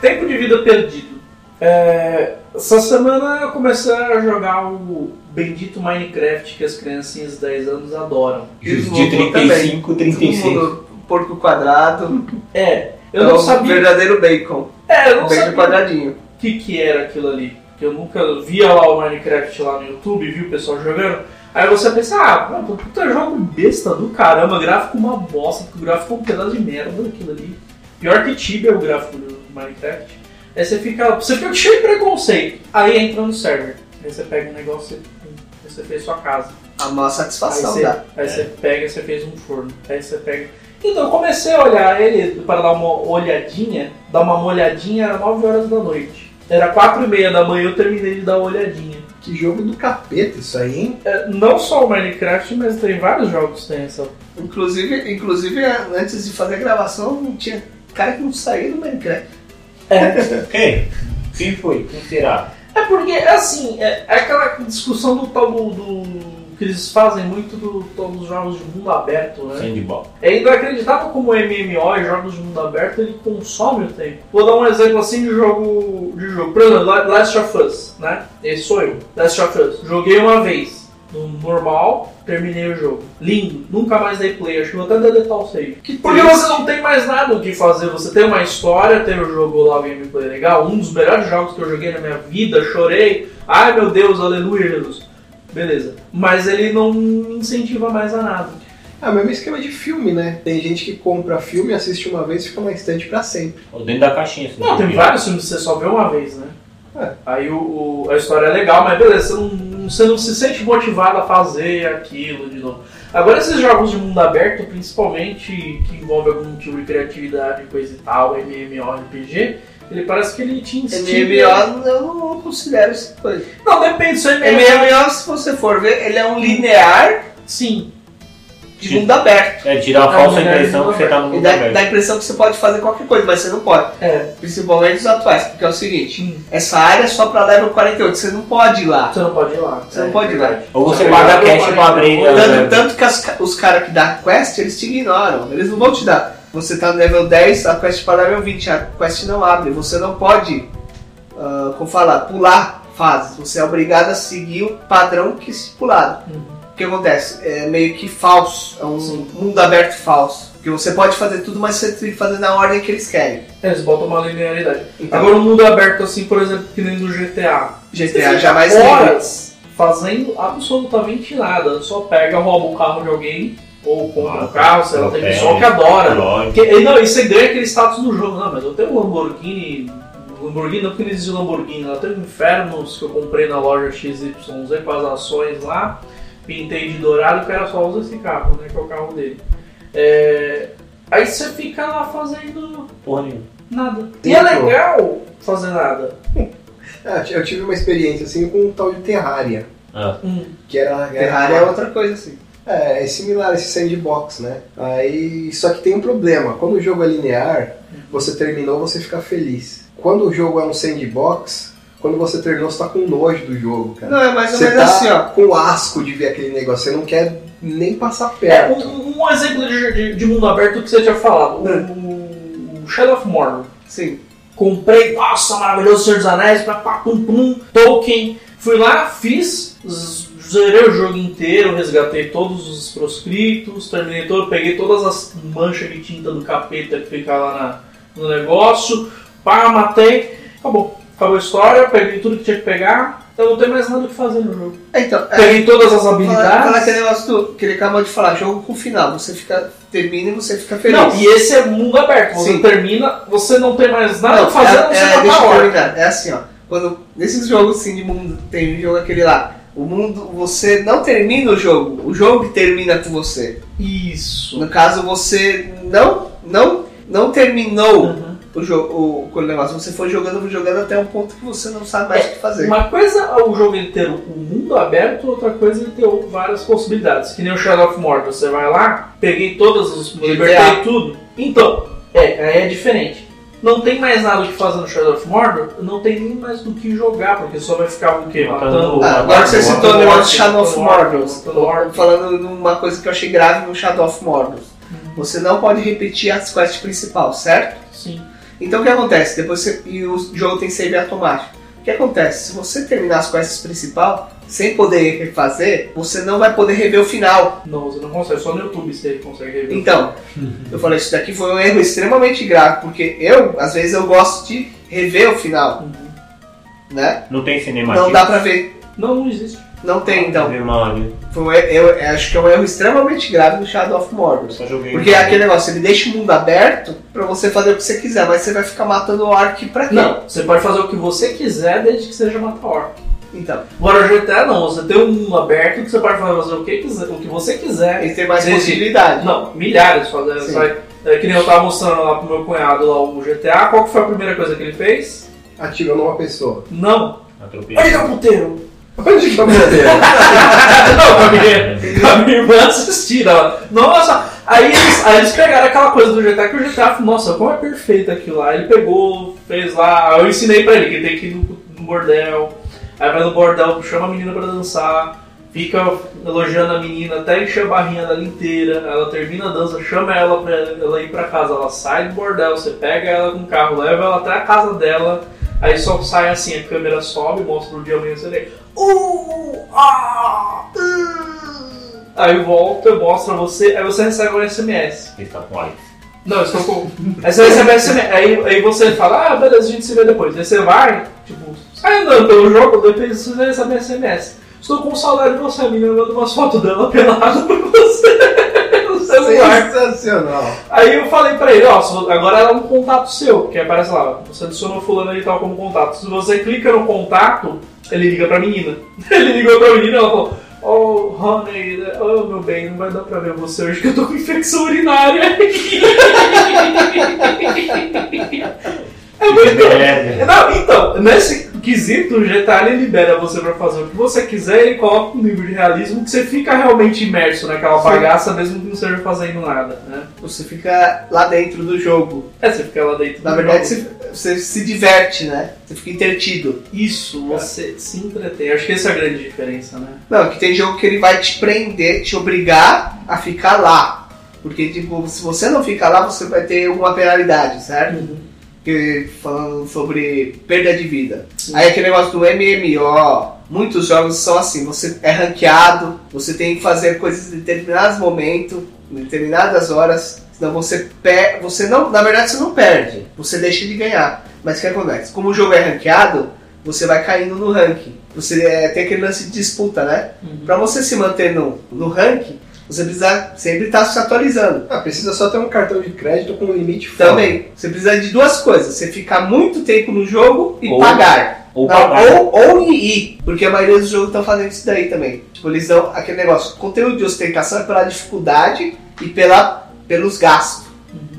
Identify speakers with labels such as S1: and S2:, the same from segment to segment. S1: Tempo de vida perdido. É, essa semana eu comecei a jogar o bendito Minecraft que as criancinhas de 10 anos adoram.
S2: De 35, 36.
S3: Todo mundo, porco quadrado.
S1: É, eu
S3: é
S1: não
S3: o
S1: sabia.
S3: verdadeiro bacon.
S1: É, eu não
S3: bacon
S1: sabia
S3: quadradinho.
S1: o que, que era aquilo ali. Que eu nunca eu via lá o Minecraft lá no YouTube, vi o pessoal jogando. Aí você pensa, ah, mano, puta jogo besta do caramba, gráfico uma bosta, porque o gráfico é um pedaço de merda aquilo ali. Pior que Tibia é o gráfico do Minecraft. Aí você fica, você fica cheio de preconceito. Aí entra no server. Aí você pega um negócio e você, você fez sua casa.
S3: A maior satisfação
S1: Aí, você,
S3: da.
S1: aí você pega, você fez um forno. Aí você pega. Então eu comecei a olhar ele para dar uma olhadinha, dar uma molhadinha, era 9 horas da noite. Era 4 e meia da manhã, eu terminei de dar uma olhadinha.
S4: Que jogo do capeta isso aí, hein?
S1: É, não só o Minecraft, mas tem vários jogos que tem essa.
S3: Inclusive, inclusive, antes de fazer a gravação, não tinha cara que não saía do Minecraft.
S2: Quem? Quem foi? Quem será?
S1: É porque, assim, é, é aquela discussão do tal do, do- que eles fazem muito do, todos os jogos de mundo aberto, né?
S2: Sandball.
S1: É inacreditável como o MMO e jogos de mundo aberto ele consome o tempo. Vou dar um exemplo assim de jogo. De jogo. Por exemplo, La- Last of Us, né? Esse sou eu. Last of Us. Joguei uma vez. No normal, terminei o jogo. Lindo. Nunca mais dei play. Acho que vou até deletar o save. Porque você não tem mais nada o que fazer. Você tem uma história, tem o jogo lá, o gameplay legal. Um dos melhores jogos que eu joguei na minha vida. Chorei. Ai meu Deus, aleluia, Jesus. Beleza. Mas ele não me incentiva mais a nada.
S4: É o mesmo esquema de filme, né? Tem gente que compra filme, assiste uma vez e fica na estante pra sempre.
S2: Ou dentro da caixinha. É, se
S1: Não, tem
S2: tiver.
S1: vários filmes que você só vê uma vez, né?
S4: É.
S1: Aí o, o- a história é legal, mas beleza, você não, você não se sente motivado a fazer aquilo de novo. Agora esses jogos de mundo aberto, principalmente que envolve algum tipo de criatividade, coisa e tal, MMORPG, ele parece que ele te instiga.
S3: MMO eu não considero essa coisa.
S1: Não, depende se né? é MMO.
S3: MMO, se você for ver, ele é um linear
S1: Sim.
S3: de mundo aberto.
S2: É tirar a
S1: Ah,
S2: falsa
S1: mulher,
S2: impressão que
S1: mulher.
S2: você tá no
S3: E
S2: mundo
S3: dá, dá
S2: aberto.
S3: a impressão que você pode fazer qualquer coisa, mas você não pode.
S1: É.
S3: Principalmente os atuais, porque é o seguinte,
S1: Hum.
S3: essa área é só pra level 48, você não pode ir lá.
S1: Você não pode ir lá.
S3: Você não pode ir lá.
S2: Ou você
S1: Eu
S2: paga
S1: não
S2: cash
S1: parei.
S2: pra abrir.
S1: Eu
S3: Tanto,
S2: né?
S3: tanto que as ca- os caras que dá quest, eles te ignoram. Eles não vão te dar. Você tá no level 10, a quest para level 20, a quest não abre. Você não pode, ah, como falar, pular fases. Você é obrigado a seguir o padrão que se pulado.
S1: Uhum.
S3: O que acontece? É meio que falso. É um mundo aberto falso. Porque você pode fazer tudo, mas você tem que fazer na ordem que eles querem.
S1: É, Eles botam uma linearidade.
S3: Então,
S1: Agora o mundo aberto, assim, por exemplo, que nem no GTA.
S3: GTA jamais livre.
S1: horas fazendo absolutamente nada. Só pega, rouba o carro de alguém, ou compra um carro, sei lá, tem
S2: É,
S1: pessoal que adora.
S2: Lógico.
S1: Porque, e não, e você ganha aquele status do jogo. Não, mas eu tenho um Lamborghini. Lamborghini não porque eles dizem Lamborghini, eu tenho Infernos que eu comprei na loja XYZ com as ações lá, pintei de dourado, o cara só usa esse carro, né? Que é o carro dele. É, Aí você fica lá fazendo
S2: Porra nenhuma.
S1: nada. E é legal fazer nada.
S4: Ah, eu tive uma experiência assim com um tal de Terraria.
S2: Ah.
S1: Hum.
S4: Que era.
S3: Terraria é outra coisa assim.
S4: É, é similar a esse sandbox, né? Aí, só que tem um problema. Quando o jogo é linear, você terminou, você fica feliz. Quando o jogo é um sandbox, quando você terminou, você tá com nojo do jogo, cara.
S3: Não, é mais ou
S4: Você
S3: menos
S4: tá
S3: assim, ó.
S4: com asco de ver aquele negócio, você não quer nem passar
S1: É,
S4: perto.
S1: um, um exemplo de, de- de mundo aberto que você tinha falado. O, o Shadow of Mordor.
S3: Sim.
S1: Comprei, nossa, maravilhoso Senhor dos Anéis, pá, pá, pum, pum, Tolkien. Fui lá, fiz, z- zerei o jogo inteiro, resgatei todos os proscritos, terminei todo, peguei todas as manchas de tinta do capeta que ficava lá na- no negócio, pá, matei, acabou. Acabou a história, peguei tudo que tinha que pegar, então não tem mais nada o que fazer no jogo.
S3: Então, é-
S1: Peguei todas as
S3: Falar, falar aquele
S1: habilidades.
S3: negócio do, que ele acabou de falar, jogo com final, você fica, termina e você fica feliz.
S1: Não, e esse é mundo aberto. Você
S3: Sim.
S1: termina, você não tem mais nada
S3: Não,
S1: pra fazer, um tá não
S3: é,
S1: sei
S3: é,
S1: matar
S3: deixa
S1: a
S3: eu
S1: hora.
S3: terminar. É assim, ó. Quando, nesses jogos assim de mundo, tem um jogo aquele lá. O mundo, você não termina o jogo, o jogo que termina com você.
S1: Isso.
S3: No caso, você não, não, não terminou
S1: Uhum.
S3: o jogo, o, aquele negócio. Você foi jogando, jogando até um ponto que você não sabe mais o que fazer.
S1: Uma coisa é o jogo inteiro, o mundo aberto, outra coisa ele tem várias possibilidades. Que nem o Shadow of Mordor, você vai lá, peguei todas os. libertei tudo. Então, é, aí é diferente. Não tem mais nada o que fazer no Shadow of Mordor, não tem nem mais do que jogar, porque só vai ficar o quê?
S2: Matando-
S1: Matando.
S3: Ah, agora que você
S1: matando
S3: citou o negócio de
S1: orc,
S3: Shadow of
S1: matando orc,
S3: Mordor,
S1: matando orc.
S3: falando numa coisa que eu achei grave no Shadow of Mordor. Você não pode repetir as quests principais, certo?
S1: Sim.
S3: Então o que acontece? Depois você- e o jogo tem save automático. O que acontece? Se você terminar as quests principal sem poder refazer, você não vai poder rever o final.
S1: Não, você não consegue, só no YouTube você consegue rever.
S3: Então, eu falei, isso daqui foi um erro extremamente grave, porque eu, às vezes, eu gosto de rever o final,
S1: Uhum.
S3: né?
S2: Não tem cinema
S3: Não dá pra ver.
S1: Não, não existe.
S3: Não tem, então.
S2: Eu
S3: Foi um er- eu, eu acho que é um erro extremamente grave do Shadow of Mordor.
S2: só joguei.
S3: Porque é aquele negócio, ele deixa o mundo aberto pra você fazer o que você quiser, mas você vai ficar matando o Ark pra quê?
S1: Não, você pode fazer o que você quiser desde que seja matar orc.
S3: Então,
S1: Agora o GTA não, você tem um mundo aberto que você pode fazer o que, quiser, o que você quiser.
S3: ele tem mais
S1: Sim, sim.
S3: possibilidade.
S1: Não, milhares fazendo.
S3: Sim.
S1: Só, é, que nem eu tava mostrando lá pro meu cunhado lá o GTA, qual que foi a primeira coisa que ele fez?
S4: Atirou numa pessoa.
S1: Não.
S2: Atropelei.
S1: Olha o puteiro!
S4: Onde que tá o roteiro?
S1: não, pra minha, a minha irmã assistir, ó. Nossa! Aí eles, aí eles pegaram aquela coisa do GTA que o GTA, nossa, como é perfeito aquilo lá. Ele pegou, fez lá, eu ensinei pra ele que ele tem que ir no, no bordel, aí vai no bordel, chama a menina pra dançar, fica elogiando a menina até encher a barrinha dela inteira, ela termina a dança, chama ela pra ela ir pra casa, ela sai do bordel, você pega ela com o carro, leva ela até a casa dela, aí só sai assim, a câmera sobe, mostra o dia amanhecendo, uh, ah, uh. aí volta, mostra você, aí você recebe um SMS.
S2: Ele tá com AIDS.
S1: Não, eu estou com. é Aí você recebe SMS, aí, aí você fala, ah, beleza, a gente se vê depois. Aí você vai, tipo, sai andando pelo jogo, depois você recebe um SMS. Estou com saudade de você, a menina manda umas fotos dela pelada pra você. no celular.
S4: Sensacional.
S1: Aí eu falei pra ele, ó, se- agora ela é um contato seu, que aparece lá, você adicionou fulano ali e tal como contato. Se você clica no contato, ele liga pra menina. Ele ligou pra menina e ela falou, oh, honey, oh, meu bem, não vai dar pra ver você hoje que eu tô com infecção urinária. É
S2: Tipo,
S1: muito
S2: Beleza.
S1: não, então, nesse quesito, o GTA ele libera você pra fazer o que você quiser e coloca um nível de realismo que você fica realmente imerso naquela bagaça, mesmo que não esteja fazendo nada, né?
S3: Você fica lá dentro do jogo.
S1: É, você fica lá dentro.
S3: Na
S1: do
S3: verdade,
S1: jogo.
S3: você, você se diverte, né? Você fica entretido.
S1: Isso,
S3: É.
S1: você se entretém. Acho que essa é a grande diferença, né?
S3: Não, que tem jogo que ele vai te prender, te obrigar a ficar lá. Porque, tipo, se você não ficar lá, você vai ter alguma penalidade, certo?
S1: Uhum.
S3: Que- falando sobre perda de vida. Aí aquele negócio do MMO, muitos jogos são assim, você é ranqueado, você tem que fazer coisas em determinados momentos, em determinadas horas, senão você perde, você não, na verdade você não perde, você deixa de ganhar. Mas o que acontece? Como o jogo é ranqueado, você vai caindo no ranking. Você é, tem aquele lance de disputa, né?
S1: Uhum.
S3: Pra você se manter no, no ranking, você precisa sempre estar se atualizando.
S4: Ah, precisa só ter um cartão de crédito com um limite fora.
S3: Também, você precisa de duas coisas: você ficar muito tempo no jogo e
S2: Ou-
S3: pagar.
S2: Ou
S3: Não,
S2: pagar.
S3: ou, ou e ir, porque a maioria dos jogos estão fazendo isso daí também. Tipo, eles dão aquele negócio: conteúdo de ostentação é pela dificuldade e pela, pelos gastos.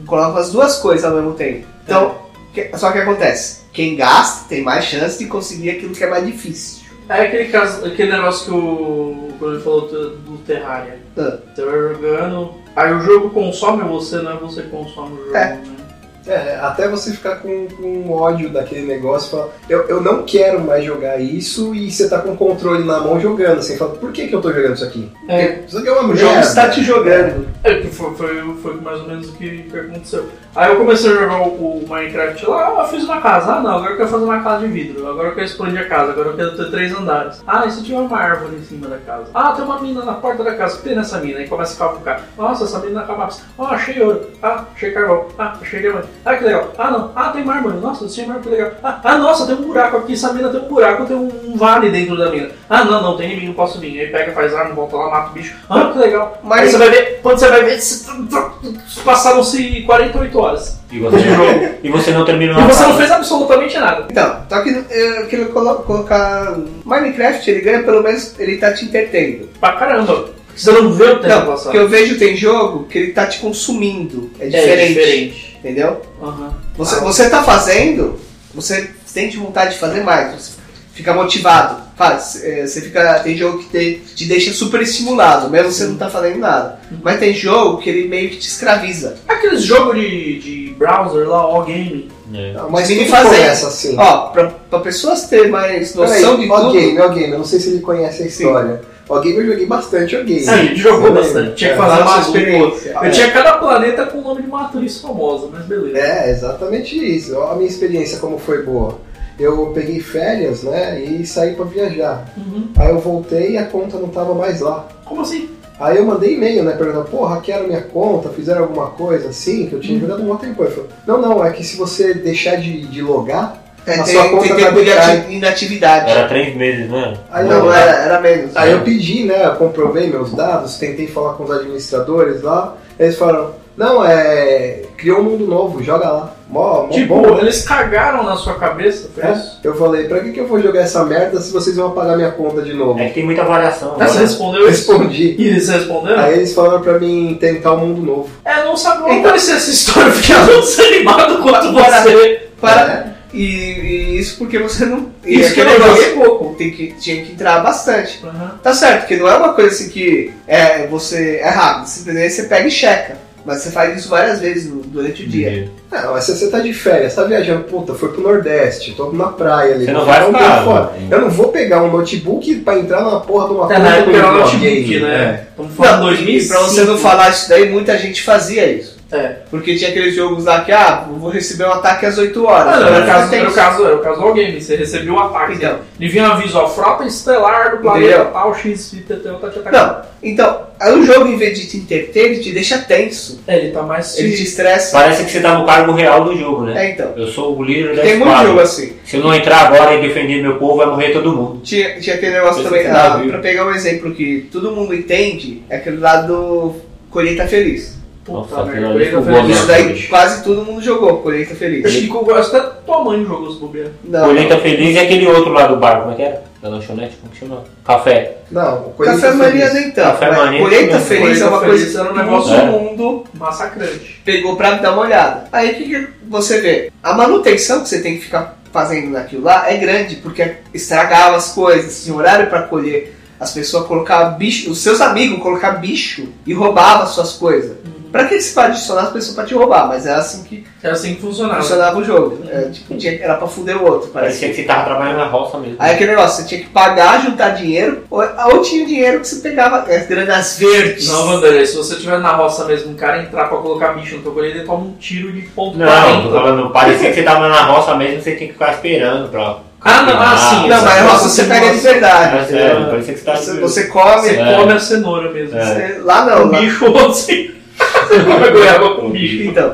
S3: Colocam as duas coisas ao mesmo tempo. Então, que- só que acontece: quem gasta tem mais chance de conseguir aquilo que é mais difícil.
S1: É aquele, caso, aquele negócio que o Bruno falou do, do Terraria.
S3: Ah.
S1: Você vai jogando. Aí o jogo consome você, não é você que consome o jogo,
S3: É.
S1: né?
S4: É, até você ficar com, com ódio daquele negócio, fala, eu, eu não quero mais jogar isso e você tá com o controle na mão jogando, assim, fala, por que, que eu tô jogando isso aqui?
S1: É,
S4: Isso aqui é uma
S3: O jogo
S4: merda.
S3: está tá te jogando.
S1: É, que foi, foi, foi mais ou menos o que, que aconteceu. Aí eu comecei a jogar o, o Minecraft lá, ah, eu fiz uma casa. Ah, não, agora eu quero fazer uma casa de vidro. Agora eu quero expandir a casa. Agora eu quero ter três andares. Ah, e se tiver uma árvore em cima da casa? Ah, tem uma mina na porta da casa. O que tem nessa mina? Aí começa a cavucar. Nossa, essa mina acabava. Ah, achei ouro. Ah, achei carvão. Ah, achei diamante. Ah, que legal. Ah, não. Ah, tem mármore. Nossa, achei mármore legal. Ah, ah, nossa, tem um buraco aqui. Essa mina tem um buraco, tem um, um vale dentro da mina. Ah, não, não, tem inimigo, não posso vir. Aí pega, faz arma, volta lá, mata o bicho. Ah, que legal. Aí
S3: Mas
S1: você vai ver, quando você vai ver, se- passaram-se 48 horas
S2: E você,
S1: de jogo.
S2: e você não terminou
S1: E
S2: a
S1: você
S2: fase.
S1: não fez absolutamente nada.
S3: Então, só que eu queria colo- colocar. Minecraft ele ganha pelo menos, ele tá te entretendo.
S1: Pra caramba. Você não vê o tempo
S3: Não,
S1: passar.
S3: porque eu vejo tem jogo que ele tá te consumindo. É diferente.
S1: É diferente.
S3: Entendeu?
S1: Aham.
S3: Você, você tá fazendo, você sente vontade de fazer mais. Você fica motivado. Faz, é, você fica. Tem jogo que te, te deixa super estimulado, mesmo você não tá fazendo nada. Mas tem jogo que ele meio que te escraviza.
S1: Aqueles jogos de, de browser lá, all game.
S2: É.
S4: Não, Mas
S3: Tem que
S4: tudo
S3: fazer.
S4: começa assim.
S3: Ó, pra, pra pessoas terem mais noção
S4: Peraí,
S3: de
S4: ó
S3: tudo.
S4: game, ó game, eu não sei se ele conhece a história. Ó, game eu joguei bastante, joguei.
S1: Sim, a gente jogou
S4: eu
S1: bastante.
S4: lembro.
S1: Tinha que
S4: É,
S1: fazer
S3: Falar
S1: uma
S3: uma
S1: experiência.
S4: Ah,
S3: experiência.
S1: Eu tinha cada planeta com o nome de uma atriz famosa, mas beleza.
S4: É, exatamente isso. Ó, a minha experiência como foi boa. Eu peguei férias, né, e saí pra viajar.
S1: Uhum.
S4: Aí eu voltei e a conta não tava mais lá.
S1: Como assim?
S4: Aí eu mandei e-mail, né, perguntando, pô, hackearam minha conta, fizeram alguma coisa assim, que eu tinha jogado um outro tempo. Ele falou, não, não, é que se você deixar de, de logar,
S3: É,
S4: A
S3: tem,
S4: sua
S3: tem
S4: conta
S3: tempo
S4: vai
S3: de
S4: ficar-
S3: ati- inatividade.
S5: Era três
S2: né?
S5: meses, não era?
S4: aí
S3: não, é.
S4: eu,
S3: era, era menos.
S4: Aí eu pedi, né? Comprovei meus dados, tentei falar com os administradores lá. Eles falaram: Não, é. Criou um mundo novo, joga lá. Mó, mó
S1: tipo,
S4: bom, né?
S1: eles cagaram na sua cabeça, foi
S4: É.
S1: isso?
S4: Eu falei: Pra que, que eu vou jogar essa merda se vocês vão apagar minha conta de novo?
S5: É que tem muita variação.
S2: né?
S1: Ah, Você
S5: agora.
S1: respondeu
S4: Eu
S1: isso?
S4: Tá respondi. É.
S1: E eles responderam?
S4: Aí eles falaram pra mim tentar um mundo novo.
S1: É, não sabe não
S4: Então-
S1: conhecia essa história, eu fiquei tão desanimado quanto
S4: Tá
S3: Para-
S1: você.
S3: Para-
S4: É.
S3: E, e isso porque você não. e
S1: Isso
S3: é
S1: que eu não
S3: joguei pouco. Tem que, tinha que entrar bastante.
S1: Aham.
S3: Tá certo, que não é uma coisa assim que é, você é rápido. Simplesmente você pega e checa. Mas você faz isso várias vezes no- durante o
S1: Uhum.
S3: dia.
S4: Não, mas se você tá de férias, tá viajando, puta, foi pro Nordeste, tô na praia ali.
S5: Você não
S4: vou
S5: vai
S4: dar um
S5: ficar,
S4: tempo fora.
S5: né?
S4: Eu não vou pegar um notebook pra entrar numa porra de uma
S1: Até É, na
S4: conta
S1: época
S4: de
S1: era
S4: videogame,
S1: notebook,
S4: né?
S1: né? Estamos falando
S3: Não, e- e
S1: 2005.
S3: pra você não falar isso daí, muita gente fazia isso.
S1: É.
S3: Porque tinha aqueles jogos lá que, ah, eu vou receber um ataque às 8 horas.
S1: Ah, não, era o caso,
S3: Tem
S1: era o
S3: isso.
S1: caso, era o caso do game, você recebeu um ataque.
S3: Então.
S1: Ele vinha um aviso, ó, frota estelar do planeta
S3: Entendeu?
S1: tal, X, Y, T, T, tá te atacando.
S3: Não, então, aí o jogo, em vez de te entreter, ele te deixa tenso.
S1: É, ele tá mais...
S3: Ele te estressa.
S5: Parece que você tá no cargo real do jogo, né?
S3: É, então.
S5: Eu sou o líder
S1: né?
S5: da
S3: Tem muito
S5: esquadra.
S3: jogo assim.
S5: Se eu não entrar agora e defender meu povo, vai morrer todo mundo.
S3: Tinha, tinha aquele negócio
S5: Esse
S3: também,
S5: final,
S3: ah,
S5: viu?
S3: pra pegar um exemplo que todo mundo entende, é aquele lado colheita feliz.
S1: Puta
S5: Nossa,
S1: merda,
S5: aquilo ali
S1: eu
S5: foi bom,
S1: feliz.
S3: Isso
S5: né?
S3: daí quase todo mundo jogou, colheita
S1: Eu
S3: feliz.
S1: Acho que eu- até tua mãe jogou esse bobeira.
S3: Não,
S5: Colheita Feliz e aquele outro lá do bar, como é que era? Da lanchonete, como que chama? Café.
S4: Não, coisa
S3: Café
S4: que eu
S3: Mania
S4: fiz.
S3: nem tanto.
S5: Café
S3: mas
S5: Mania
S3: colheita
S5: também.
S3: feliz é uma
S1: Colheita Feliz
S3: coisa
S1: era um
S3: que
S1: negócio-
S5: É.
S3: todo mundo
S1: Massacrante.
S3: pegou pra dar uma olhada. Aí o que, que você vê? A manutenção que você tem que ficar fazendo naquilo lá é grande, porque estragava as coisas, tinha horário pra colher. As pessoas colocavam bicho, os seus amigos colocavam bicho e roubavam as suas coisas. Pra que você vai adicionar as pessoas pra te roubar? Mas era assim que
S1: Era assim que funcionava.
S3: funcionava o jogo. É, tipo, tinha- era pra fuder o outro,
S5: Parecia
S3: parece.
S5: que você tava trabalhando na roça mesmo.
S3: Aí aquele negócio, você tinha que pagar, juntar dinheiro, ou, ou tinha dinheiro que você pegava as granas verdes.
S1: Não, Wanderlei, se você tiver na roça mesmo, um cara entrar pra colocar bicho no teu colheita, ele toma um tiro de ponto
S5: Não,
S1: 40.
S5: tô falando, parecia que você tava na roça mesmo, você tinha que ficar esperando pra.
S1: Ah, não, ah, sim.
S3: Não,
S5: é
S3: mas nossa,
S1: nossa,
S3: você
S1: sim,
S3: pega de
S1: nossa.
S3: verdade.
S5: Era sério, parecia que é, você tava.
S3: Ah, é. Você, você come.
S1: Você
S5: É.
S1: come a cenoura mesmo.
S5: É.
S3: você- Lá
S1: O
S3: não, lá.
S1: bicho assim. Você come a goiaba com bicho.
S3: Então.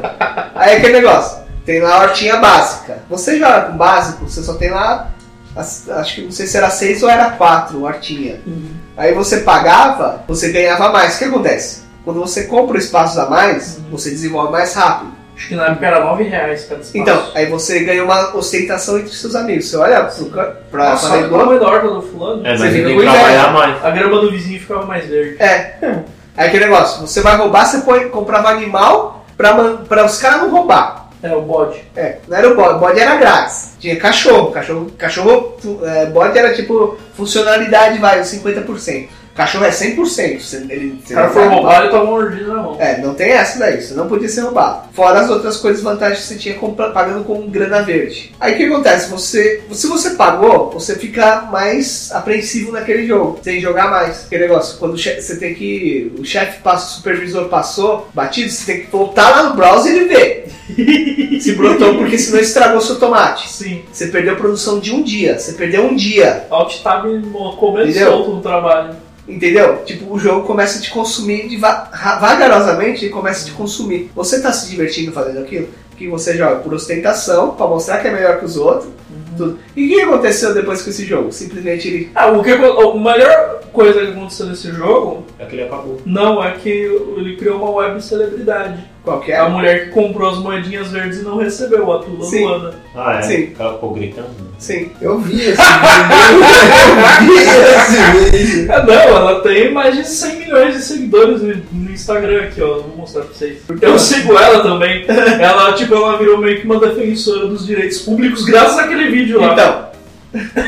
S3: Aí aquele negócio. Tem lá a hortinha básica. Você joga com básico, você só tem lá. as- acho que não sei se era seis ou era quatro hortinha.
S1: Uhum.
S3: Aí você pagava, você ganhava mais. O que acontece? Quando você compra espaços a mais,
S1: Uhum.
S3: você desenvolve mais rápido.
S1: Acho que na época era 9 reais cada espaço.
S3: Então, aí você ganha uma ostentação entre seus amigos. Você olha pro ca- pra
S1: Nossa,
S3: pra
S1: olha o
S3: negócio,
S1: tamanho da horta do fulano.
S5: É, mas
S3: Você
S5: você
S3: fica
S5: tem
S3: com
S5: que
S3: ideia.
S5: trabalhar mais.
S1: A grama do vizinho ficava mais verde.
S3: é.
S1: É.
S3: Aí aquele negócio, você vai roubar, você põe, comprava animal pra, man- pra os caras não roubar.
S1: É, o bode.
S3: É, não era o bode, bode era grátis. Tinha cachorro, cachorro, cachorro fu- é, bode era tipo, funcionalidade vai, 50%. Cachorro é 100%. Você, ele,
S1: Se
S3: você
S1: o cara
S3: não
S1: foi
S3: vai roubar.
S1: roubado, ele toma um ordinho na mão.
S3: É, não tem essa daí, você não podia ser roubado. Fora as outras coisas, vantagens que você tinha compra- pagando com grana verde. Aí o que acontece? Você, se você pagou, você fica mais apreensivo naquele jogo, sem jogar mais. Aquele negócio, quando o chefe- você tem que. O chefe passa, o supervisor passou, batido, você tem que voltar lá no browser e ele vê. Se brotou porque senão estragou seu tomate.
S1: Sim.
S3: Você perdeu a produção de um dia, você perdeu um dia,
S1: Alt tab mo- comendo
S3: Entendeu?
S1: solto no trabalho.
S3: entendeu? Tipo, o jogo começa a te consumir de va- ra- vagarosamente, ele começa a te consumir. Você tá se divertindo fazendo aquilo? Que você joga por ostentação, pra mostrar que é melhor que os outros, tudo. E o que aconteceu depois com esse jogo? Simplesmente ele.
S1: Uhum. Ah, o que, a melhor coisa que aconteceu nesse jogo
S5: Aquele acabou.
S1: não é que ele criou uma web celebridade. É
S3: qualquer
S1: a mulher que comprou as moedinhas verdes e não recebeu, a Tula
S3: Sim.
S1: Luana.
S5: Ah, é?
S3: Sim.
S5: Ela ficou gritando.
S3: Sim.
S4: Eu vi esse vídeo. Eu vi esse vídeo.
S1: É, não, ela tem mais de 100 milhões de seguidores no, no Instagram aqui, ó. Vou mostrar pra vocês. Eu sigo ela também. Ela, tipo, ela virou meio que uma defensora dos direitos públicos graças àquele vídeo lá. Tipo,
S3: Então,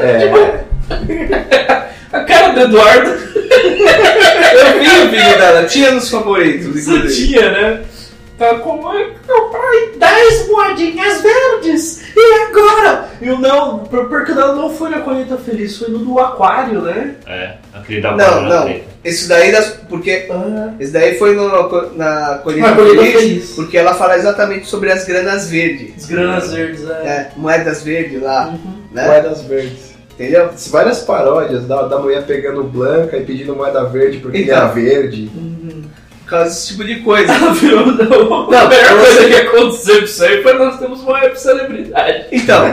S4: É,
S1: A cara do Eduardo
S3: eu vi o vídeo dela, tinha nos favoritos,
S1: você
S3: inclusive.
S1: tinha, né? Tá como é que eu comprei 10 moedinhas verdes? E agora? E o não, por- porque não, não foi na colheita feliz, foi no do aquário, né?
S5: É, aquele da
S3: Não,
S5: banana
S3: não.
S5: preta.
S3: Esse daí, das, porque
S1: Ah,
S3: esse daí foi no- na Colheita
S1: Na Colheita
S3: Feliz,
S1: Feliz.
S3: porque ela fala exatamente sobre as granas verdes,
S1: as granas verdes, é.
S3: né? moedas verdes lá,
S1: Uhum.
S3: né?
S4: Moedas verdes.
S3: Entendeu?
S4: Várias paródias da, da mulher pegando branca e pedindo moeda verde porque
S3: Então.
S4: era verde.
S1: Uhum.
S3: Por causa desse tipo de coisa.
S1: Virou- não, a melhor coisa que aconteceu isso aí foi nós temos uma web celebridade.
S3: Então,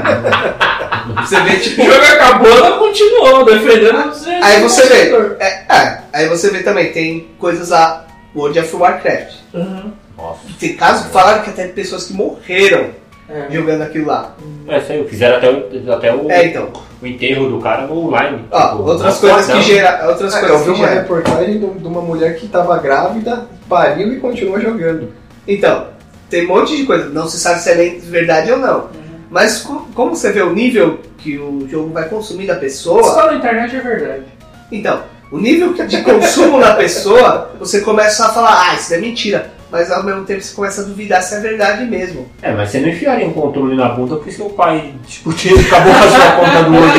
S3: você vê, tipo,
S1: O jogo acabou, ela continuou defendendo os
S3: Aí você vê. É, é, aí você vê também, tem coisas lá, World of Warcraft.
S1: Uhum.
S5: Nossa.
S3: Tem casos que falaram que até pessoas que morreram
S1: É.
S3: jogando aquilo lá.
S5: É isso aí, fizeram até o, até o,
S3: É, então.
S5: o enterro do cara online. Tipo,
S3: Ó, Ah, outras
S5: nossa,
S3: coisas que
S5: não.
S3: geraram. Outras
S4: Ah, eu vi
S3: coisas É, que
S4: uma
S3: geraram.
S4: reportagem de um- de uma mulher que tava grávida, pariu e continuou jogando.
S3: Então, tem um monte de coisa. Não se sabe se é bem verdade ou não. Mas co- como você vê o nível que o jogo vai consumir da pessoa,
S1: Só na internet é verdade.
S3: então, o nível de consumo da pessoa, você começa a falar, ah, isso é mentira. Mas ao mesmo tempo você começa a duvidar se é verdade mesmo.
S5: É, mas você não enfiaria um controle na bunda porque seu pai discutiu e acabou fazendo a conta do olho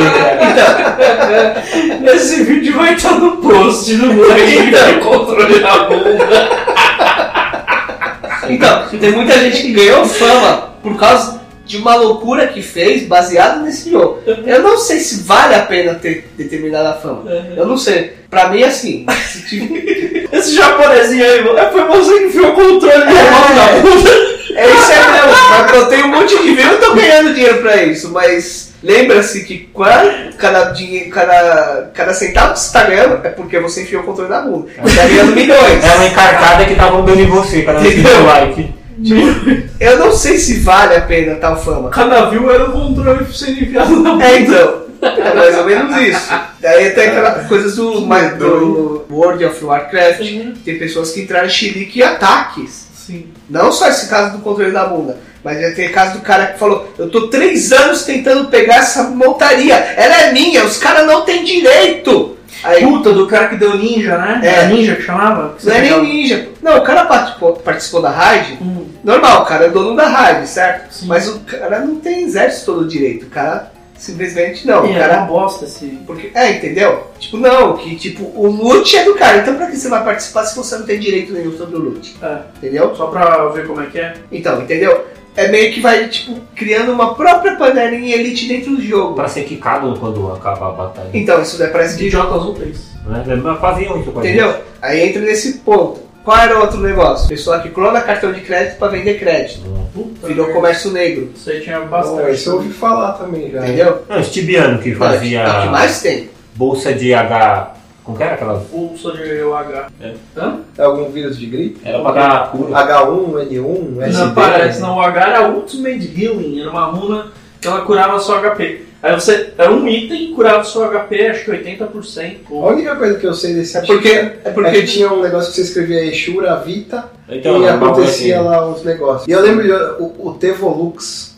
S5: dele. né?
S1: Esse vídeo vai estar no post do moleque que controle na bunda.
S3: Então, tem muita gente que ganhou fama por causa de uma loucura que fez baseado nesse jogo. Eu não sei se vale a pena ter determinada fama. Eu não sei. Pra mim, assim, se tiver-
S1: Esse japonesinho aí, mano, é, foi você que enfiou o controle na mão da bunda.
S3: é isso é mesmo. Mas eu tenho um monte de view, eu tô ganhando dinheiro pra isso. Mas lembra-se que quando cada, dinhe- cada, cada centavo que você tá ganhando é porque você enfiou o controle na bunda. Você tá ganhando milhões.
S5: É uma encartada que tava dando em você, cara. Você
S3: Entendeu?
S5: deu like.
S3: Eu não sei se vale a pena tal fama.
S1: Cada view era um controle sendo enfiado na
S3: É, então. É mais ou menos isso. Daí tem aquelas coisas do, mas do World of Warcraft.
S1: bunda.
S3: Tem pessoas que entraram em xilique e ataques.
S1: Sim.
S3: Não só esse caso do controle da bunda. Mas já tem caso do cara que falou: Eu tô três anos tentando pegar essa montaria. Ela é minha, os caras não têm direito. Aí,
S1: Puta do cara que deu ninja, né?
S3: É.
S1: Era ninja que chamava? Que
S3: não é nem
S1: pegava.
S3: ninja. Não, o cara participou, participou da raid.
S1: Hum,
S3: Normal, o cara é dono da raid, certo?
S1: Sim.
S3: Mas o cara não tem exército todo direito. O cara simplesmente não.
S1: é,
S3: O cara
S1: era uma bosta esse.
S3: Porque, é, entendeu? Tipo, não, que tipo, o loot é do cara, então pra que você vai participar se você não tem direito nenhum sobre o loot?
S1: É.
S3: Entendeu?
S1: Só pra ver como é que é.
S3: Então, entendeu? É meio que vai, tipo, criando uma própria panelinha elite dentro do jogo.
S5: Pra ser quicado quando acabar a batalha.
S3: Então, isso daí parece que.
S1: DJ Azul 3.
S5: Né? Mas faziam isso com a gente.
S3: Entendeu? Aí entra nesse ponto. Qual era o outro negócio? Pessoa que clona cartão de crédito pra vender crédito.
S1: Puta.
S3: Virou
S1: merda.
S3: comércio negro.
S1: Isso aí tinha
S4: Bom,
S1: bastante.
S4: isso eu ouvi falar também já.
S3: Entendeu?
S5: Não, os tibiano que fazia
S3: É o que mais tem.
S5: bolsa de H. Como que era aquela?
S1: Pulso de UH.
S4: É algum vírus de gripe?
S5: Era um. pra dar cura.
S4: H1, N1, SD?
S1: Não, parece,
S4: né?
S1: não. O H era Ultimate Healing, era uma runa que ela curava seu HP. Aí você. Era um item que curava seu HP, acho que 80%.
S4: A única coisa que eu sei desse
S3: É
S4: artigo
S3: porque, é
S4: é
S3: porque
S4: que tinha um negócio que você escrevia Exura Vita
S5: Então,
S4: e
S5: era um bagulho
S4: acontecia
S5: assim.
S4: lá uns negócios. E eu lembro de o, o Tevolux,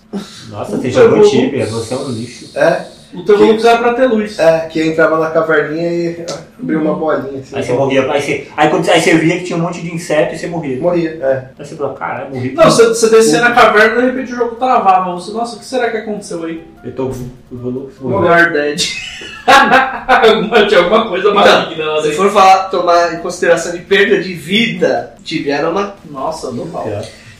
S5: Nossa, você jogou tibia, você é um lixo.
S4: é,
S1: O teu Lux era pra ter luz.
S4: é, que entrava na caverninha e abria uma
S3: Uhum.
S4: bolinha. Assim,
S5: Aí você morria, aí você, aí, quando, aí você via que tinha um monte de inseto e você morria.
S4: Morria, é.
S5: Aí você falou, caralho, morri.
S1: Não, você, você descia na caverna e de repente o jogo travava. Você, nossa, o que será que aconteceu aí?
S5: Eu tô. Eu vou- vou-
S1: O War Dead. Alguma- Tinha alguma coisa maligna lá
S3: se
S1: dentro.
S3: for falar, tomar em consideração de perda de vida, tiveram uma.
S1: Nossa, do mal.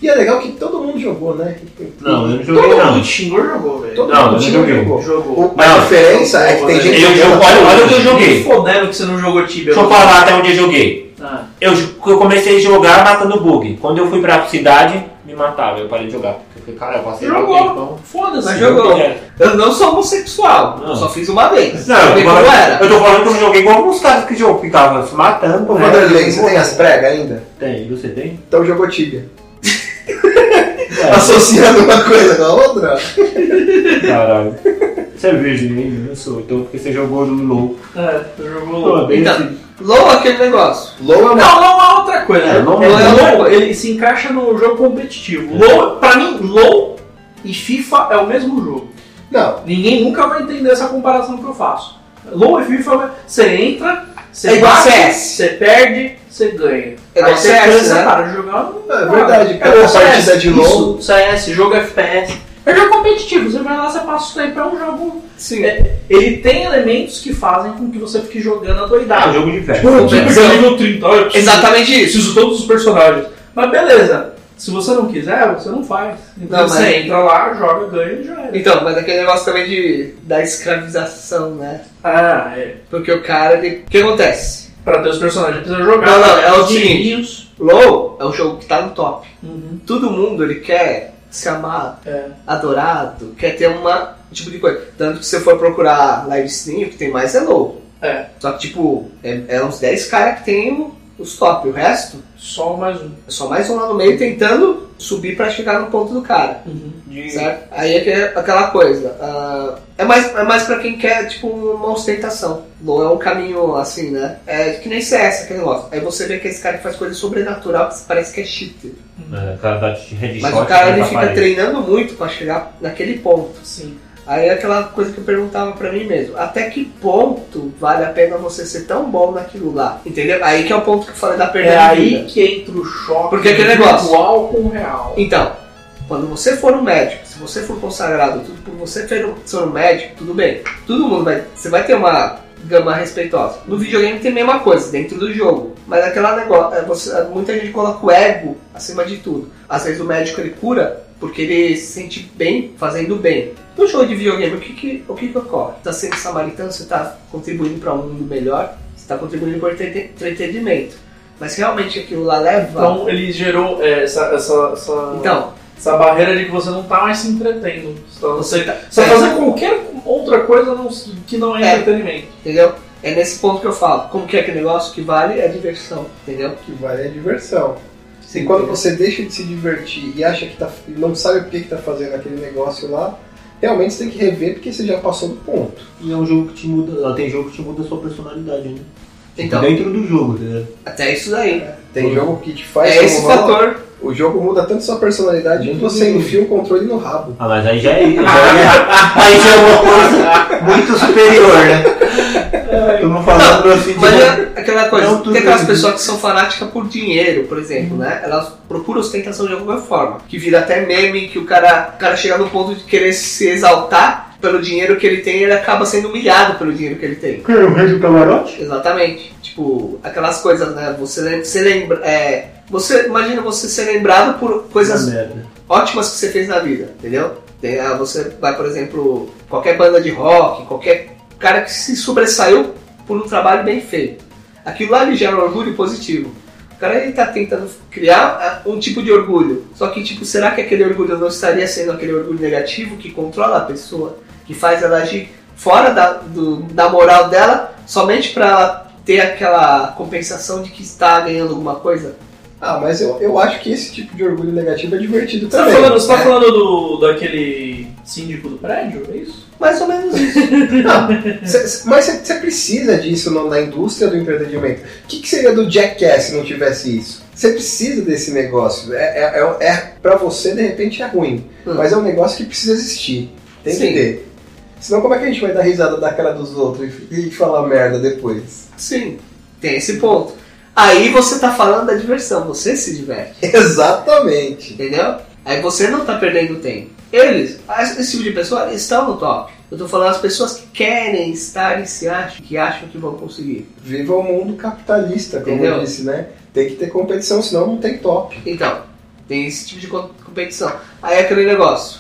S4: E é legal que todo mundo jogou, né?
S5: Não, eu não joguei
S1: Todo
S5: não.
S1: mundo xingou jogou, velho.
S4: Todo
S5: Não, eu
S4: mundo
S5: não
S4: tinha
S5: joguei.
S4: jogou.
S1: Jogou.
S4: O- a
S5: Não.
S4: diferença é que tem gente
S5: Eu, eu,
S4: joga-
S5: olha, olha o que eu joguei.
S1: Fodendo que você não jogou Tibia.
S5: Deixa eu falar até onde eu joguei.
S1: Ah,
S5: Eu, eu comecei a jogar matando bug. Quando eu fui pra cidade, me matava. Eu parei de jogar. Porque eu falei, cara, eu passei
S1: Jogou.
S5: mal tempão.
S1: Foda-se.
S3: Mas jogou.
S5: É.
S3: Eu não sou homossexual,
S5: Não.
S3: eu só fiz uma vez.
S5: Não,
S3: Pra ver
S5: eu tô,
S3: como
S5: falando,
S3: era.
S5: eu tô falando que eu joguei igual alguns caras que jogam, ficavam se matando.
S4: Ô,
S5: né?
S4: Vanderlei, você tem assim? as pregas ainda?
S5: Tem, você tem?
S4: Então jogou Tibia.
S5: É,
S4: Associando uma coisa com a outra?
S5: caralho. Você é virgem, hein? Eu sou. Então, porque você jogou no louco.
S1: É, tu jogou
S5: Pô,
S1: louco.
S5: bem
S3: Então,
S5: assim.
S3: Low aquele negócio.
S4: Low é uma
S1: Não, LOL é outra coisa.
S5: É, LOL é
S3: outra
S1: LOL, ele se encaixa no jogo competitivo. LOL, pra mim, LOL e FIFA é o mesmo jogo.
S4: Não,
S1: Ninguém nunca vai entender essa comparação que eu faço. LOL e FIFA, você entra, Você
S3: É igual
S1: bate,
S3: CS.
S1: Você perde, você ganha.
S3: É igual
S1: Aí você
S3: CS,
S1: cansa,
S3: né?
S1: para de jogar. não
S4: É
S1: dá.
S4: verdade,
S1: É igual
S4: cada partida
S1: CS,
S4: de novo.
S1: Isso, CS, jogo FPS. É jogo competitivo, você vai lá, você passa o tempo, é um jogo.
S3: Sim.
S1: Ele tem elementos que fazem com que você fique jogando a
S5: É um
S1: doidada.
S5: jogo de velho.
S1: Tipo,
S3: tipo,
S1: tipo, nível 30, olha, eu preciso-
S3: Exatamente
S1: eu
S3: isso.
S1: preciso todos os personagens. Mas beleza, se você não quiser, você não faz. Então
S3: Não, mas-
S1: você entra lá, joga, ganha e já era.
S3: Então, mas aquele negócio também de, da escravização, né?
S1: Ah, é.
S3: Porque o cara, ele... O que acontece?
S1: Pra ter os personagens precisa jogar.
S3: Não, não, é o seguinte.
S1: dinheirinhos.
S3: LoL é um jogo que tá no top.
S1: Uhum.
S3: Todo mundo, ele quer ser amado,
S1: É.
S3: adorado, quer ter uma... um tipo de coisa. Tanto que se você for procurar live stream, o que tem mais é LoL.
S1: É.
S3: Só que, tipo, é, é uns 10 caras que tem o- os top. O resto
S1: Só mais um.
S3: é só mais um lá no meio tentando subir pra chegar no ponto do cara.
S1: Uhum.
S5: Né?
S3: Certo? Aí é que- aquela coisa. ah, é, mais, é mais pra quem quer, tipo, uma ostentação. Não é um caminho assim, né? É que nem CS, aquele negócio. Aí você vê que esse cara que faz coisa sobrenatural, que parece que é cheater.
S5: É, o cara dá headshot.
S3: Mas o
S1: é
S3: cara ele
S5: pra
S3: fica
S5: parede.
S3: treinando muito pra chegar naquele ponto.
S1: Sim.
S3: Aí é aquela coisa que eu perguntava pra mim mesmo. Até que ponto vale a pena você ser tão bom naquilo lá? Entendeu? Aí que é o ponto que eu falei da perda
S1: É
S3: de
S1: aí
S3: vida.
S1: que entra o choque
S3: Porque é aquele
S1: do
S3: negócio-
S1: virtual com o real.
S3: Então, quando você for um médico, se você for consagrado, tudo por você fer- ser um médico, tudo bem. Todo mundo vai. Você vai ter uma gama respeitosa. No videogame tem a mesma coisa, dentro do jogo. Mas aquela negócio. é, você- muita gente coloca o ego acima de tudo. Às vezes o médico ele cura porque ele se sente bem fazendo bem. No jogo de videogame, o que que, o que, que ocorre? Você está sendo samaritano, você está contribuindo para um mundo melhor, você está contribuindo para o entreten- entretenimento. Mas realmente aquilo lá leva.
S1: Então ele gerou é, essa, essa, essa,
S3: então
S1: essa barreira de que você não tá mais se entretendo. Você, tá, você,
S3: tá-
S1: você
S3: é.
S1: fazer qualquer outra coisa não- que não é,
S3: É.
S1: entretenimento.
S3: Entendeu? É nesse ponto que eu falo. Como que é aquele negócio que vale é a diversão, entendeu? Então,
S4: O que vale é a diversão.
S3: Sim,
S4: e quando
S3: entendeu?
S4: você deixa de se divertir e acha que tá, e não sabe por que, que tá fazendo aquele negócio lá, realmente você tem que rever porque você já passou do ponto.
S6: E é um jogo que te muda. ah, Tem jogo que te muda a sua personalidade, né?
S3: Então,
S6: Dentro do jogo, tá ligado?
S3: até isso daí.
S4: Tem jogo que te faz.
S3: É esse
S4: como rola-
S3: fator.
S4: O jogo muda tanto sua personalidade que você enfia o controle no rabo.
S5: Ah, mas aí já é. Já
S6: Ah, Aí já é uma coisa muito superior, né? Tu não falando pra assim de
S3: Mas é aquela coisa,
S6: Não, tudo
S3: tem aquelas
S6: bem.
S3: pessoas que são fanáticas por dinheiro, por exemplo, né? Elas procuram ostentação de alguma forma. Que vira até meme, que o cara, o cara chega no ponto de querer se exaltar pelo dinheiro que ele tem e ele acaba sendo humilhado pelo dinheiro que ele tem.
S6: Cara, é o rei do camarote?
S3: Exatamente. Tipo, aquelas coisas, né? Você, lem- você lembra. É, você, imagina você ser lembrado por coisas
S6: Uma merda.
S3: ótimas que você fez na vida, entendeu? Tem, ah, você vai, por exemplo, qualquer banda de rock, qualquer cara que se sobressaiu por um trabalho bem feito. Aquilo lá lhe gera um orgulho positivo. O cara ele tá tentando criar ah, um tipo de orgulho. Só que, tipo, será que aquele orgulho não estaria sendo aquele orgulho negativo que controla a pessoa, que faz ela agir fora da, do- da moral dela, somente para ela ter aquela compensação de que está ganhando alguma coisa?
S4: Ah, mas eu, eu acho que esse tipo de orgulho negativo é divertido
S1: Você tá
S4: também. né?
S1: falando, você tá
S3: É.
S1: falando do, daquele síndico do prédio? É isso?
S3: Mais ou menos isso.
S4: Cê- cê- mas você precisa disso no- na indústria do entretenimento. O que, que seria do Jackass se não tivesse isso? Você precisa desse negócio. É, é, é, é- pra você, de repente, é ruim.
S3: Hum.
S4: Mas é um negócio que precisa existir. Tem
S3: Sim.
S4: que ter. Senão como é que a gente vai dar risada da cara dos outros e, e falar merda depois?
S3: Sim, tem esse ponto. Aí você tá falando da diversão, você se diverte,
S4: Exatamente.
S3: entendeu? Aí você não tá perdendo tempo. Eles, esse tipo de pessoa, estão no top. Eu tô falando as pessoas que querem estar e se acham, que acham que vão conseguir.
S4: Viva o mundo capitalista, como
S3: Entendeu?
S4: eu disse, né? Tem que ter competição, senão não tem top.
S3: Então, tem esse tipo de com- competição. Aí é aquele negócio.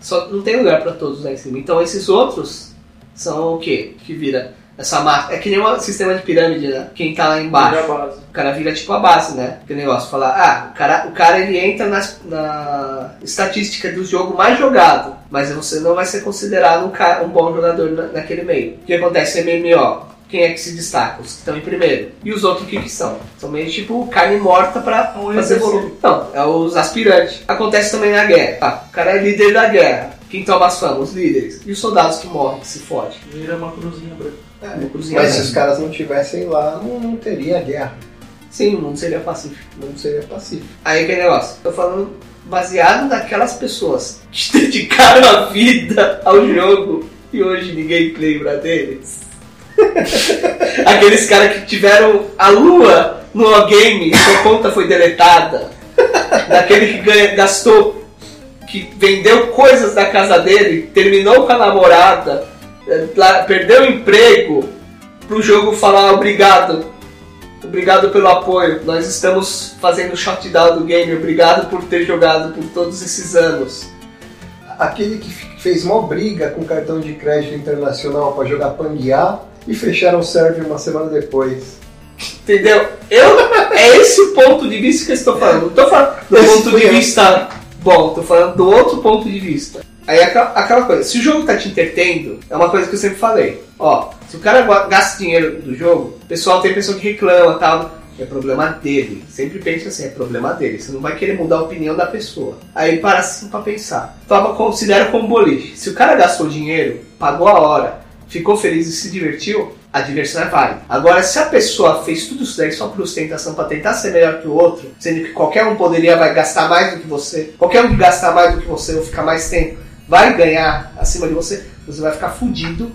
S3: Só não tem lugar pra todos lá em cima. Então esses outros são o quê? Que vira essa massa. É que nem um sistema de pirâmide, né? Quem tá lá embaixo.
S1: Primeira base.
S3: O cara vira tipo a base, né? Aquele negócio, falar, ah, o cara, o cara ele entra nas- na estatística do jogo mais jogado, mas você não vai ser considerado um, ca- um bom jogador na- naquele meio. O que acontece no MMO? Quem é que se destaca? Os que estão em primeiro. E os outros, o que, que são? São meio tipo carne morta pra
S1: Um
S3: fazer
S1: NPC.
S3: volume. Não, é os aspirantes. Acontece também na guerra. Ah, o cara é líder da guerra. Quem toma as fama? Os líderes. E os soldados que morrem, que se fogem.
S1: Vira uma cruzinha branca.
S3: Uma cruzinha
S4: Mas se
S3: branca.
S4: os caras não tivessem lá, não, não teria guerra.
S3: Sim, o mundo seria pacífico.
S4: Não seria pacífico.
S3: Aí aquele negócio, tô falando baseado naquelas pessoas que se dedicaram a vida ao jogo e hoje ninguém lembra deles. Aqueles caras que tiveram a lua no game e sua conta foi deletada. Daquele que ganha- gastou, que vendeu coisas da casa dele, terminou com a namorada, eh, lá- perdeu o emprego, pro jogo falar obrigado. Obrigado pelo apoio. Nós estamos fazendo o shutdown do game. Obrigado por ter jogado por todos esses anos.
S4: Aquele que f- fez mó briga com cartão de crédito internacional pra jogar panguear e fecharam o server uma semana depois.
S3: Entendeu? Eu, é esse ponto de vista que eu estou falando. Não estou falando do
S4: Esse
S3: ponto de
S4: foi-
S3: vista bom, estou falando do outro ponto de vista. Aí é aquela, aquela coisa, se o jogo tá te entretendo, é uma coisa que eu sempre falei. Ó, se o cara gua- gasta dinheiro do jogo, o pessoal tem pessoa que reclama tal. É problema dele. Sempre pensa assim, é problema dele. Você não vai querer mudar a opinião da pessoa. Aí para assim pra pensar. Toma, considera como boliche. Se o cara gastou dinheiro, pagou a hora, ficou feliz e se divertiu, a diversão é válida. Agora, se a pessoa fez tudo isso daí só por ostentação pra tentar ser melhor que o outro, sendo que qualquer um poderia vai gastar mais do que você, qualquer um que gastar mais do que você ou ficar mais tempo vai ganhar acima de você, você vai ficar fudido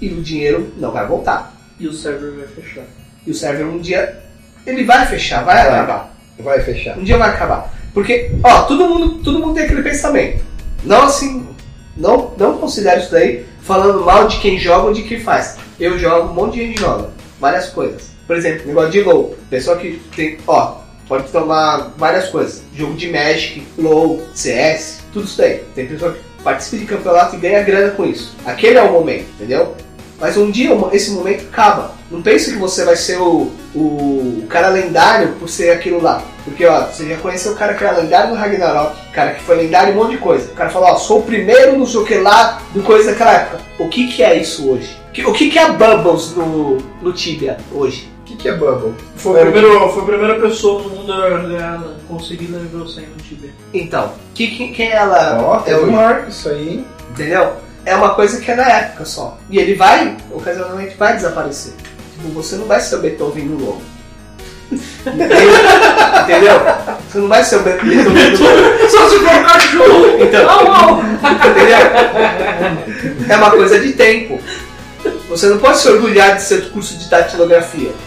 S3: e o dinheiro não vai voltar.
S1: E o server vai fechar.
S3: E o server um dia ele vai fechar, vai
S4: Vai.
S3: acabar.
S4: Vai fechar.
S3: Um dia vai acabar. Porque, ó, todo mundo, todo mundo tem aquele pensamento. Não assim, não, não considere isso daí falando mal de quem joga ou de quem faz. Eu jogo, um monte de gente joga. Várias coisas. Por exemplo, negócio de low. Pessoa que tem, ó, pode tomar várias coisas. Jogo de Magic, low, CS, tudo isso daí. Tem pessoa que participa de campeonato e ganha grana com isso. Aquele é o momento, entendeu? Mas um dia uma- esse momento acaba. Não pense que você vai ser o, o cara lendário por ser aquilo lá. Porque ó, você já conheceu o cara que era lendário no Ragnarok, o cara que foi lendário em um monte de coisa. O cara falou, ó, sou o primeiro não sei o que lá do coisa daquela época. O que que é isso hoje? Que- O que que é Bubbles no, no Tibia hoje?
S4: O que, que é Bubble?
S1: Foi, o primeiro, foi a primeira pessoa no mundo a ganhar, né? conseguir level 100 no Tibia.
S3: Então, que, que, quem ela
S4: Ó,
S3: é
S4: teve
S3: hoje?
S4: um arco isso aí.
S3: Entendeu? É uma coisa que é da época só. E ele vai, ocasionalmente, vai desaparecer. Tipo, você não vai ser o Beethoven do lobo. Entendeu? Você não vai ser o Be- Beethoven do lobo.
S1: Só se for cachorro!
S3: Então, entendeu? É uma coisa de tempo. Você não pode se orgulhar de ser do curso de datilografia.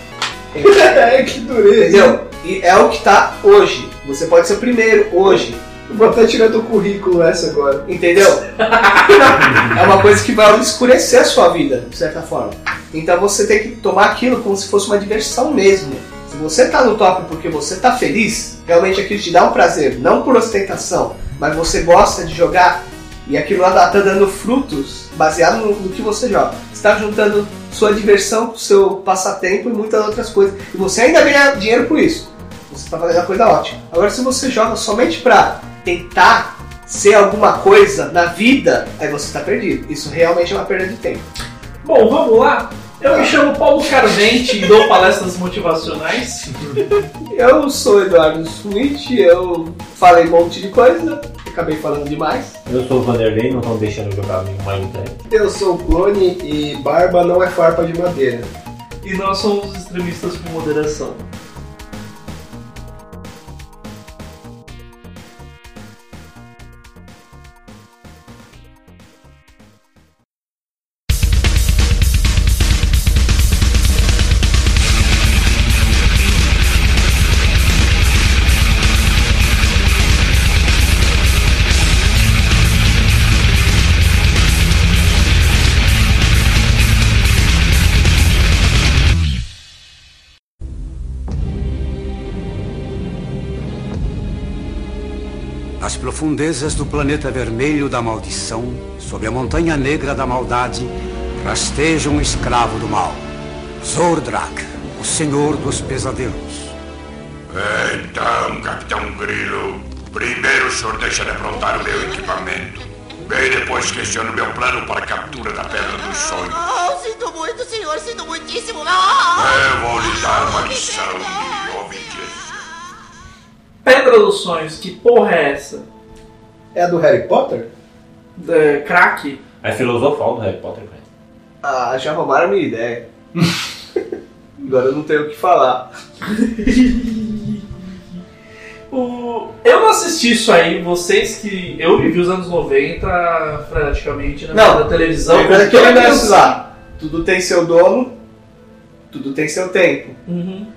S4: É, que dureza.
S3: Entendeu? E é o que tá hoje. Você pode ser o primeiro hoje.
S4: Eu Vou até tirar do currículo essa agora.
S3: Entendeu? é uma coisa que vai obscurecer a sua vida, de certa forma. Então você tem que tomar aquilo como se fosse uma diversão mesmo. Se você tá no top porque você tá feliz, realmente aquilo te dá um prazer, não por ostentação, mas você gosta de jogar e aquilo lá tá dando frutos baseado no, no que você joga. Você tá juntando sua diversão com seu passatempo e muitas outras coisas. E você ainda ganha dinheiro por isso. Você tá fazendo a coisa ótima. Agora se você joga somente pra tentar ser alguma coisa na vida, aí você tá perdido. Isso realmente é uma perda de tempo.
S1: Bom, vamos lá. Eu me chamo Paulo Carvente e dou palestras motivacionais.
S3: Eu sou Eduardo Switch, eu falei um monte de coisa, acabei falando demais.
S5: Eu sou o Vanderlei, não estão deixando eu jogar Minecraft.
S4: Eu sou o clone e barba não é farpa de madeira.
S1: E nós somos extremistas com moderação.
S7: As profundezas do planeta vermelho da maldição, sob a montanha negra da maldade, rasteja um escravo do mal. Zordrak, o senhor dos pesadelos.
S8: Então, Capitão Grilo, primeiro o senhor deixa de aprontar o meu equipamento. Bem depois questiona o meu plano para a captura da Pedra dos Sonhos.
S9: Oh, sinto muito, senhor, sinto muitíssimo. Ah!
S8: Eu vou lhe dar uma lição de obediência.
S1: Pedra dos Sonhos, que porra é essa?
S4: É a do Harry Potter?
S1: É, crack?
S5: É filosofal do Harry Potter, cara.
S3: Ah, já roubaram a minha ideia. Agora eu não tenho o que falar.
S1: O- Eu não assisti isso aí, vocês que. Eu vivi os anos 90 praticamente na
S3: Não,
S1: da televisão.
S3: Lembrando aquele
S1: Todos-
S3: negócio lá, tudo tem seu dono Tudo tem seu tempo.
S1: Uhum.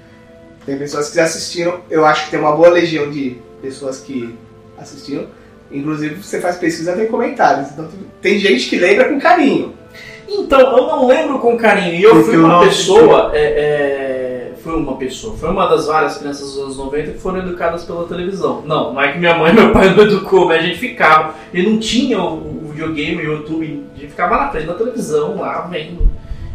S3: Tem pessoas que assistiram, eu acho que tem uma boa legião de pessoas que assistiram. Inclusive, você faz pesquisa, tem comentários. Então, tu- tem gente que lembra com carinho.
S1: Então, eu não lembro com carinho. E eu
S6: Porque
S1: fui
S6: eu
S1: uma
S6: não
S1: pessoa. É, é, Foi uma pessoa. Foi uma das várias crianças dos anos 90 que foram educadas pela televisão. Não, não é que minha mãe e meu pai não educou, mas a gente ficava. E não tinha o, o videogame, o YouTube. A gente ficava na frente da televisão, lá vendo.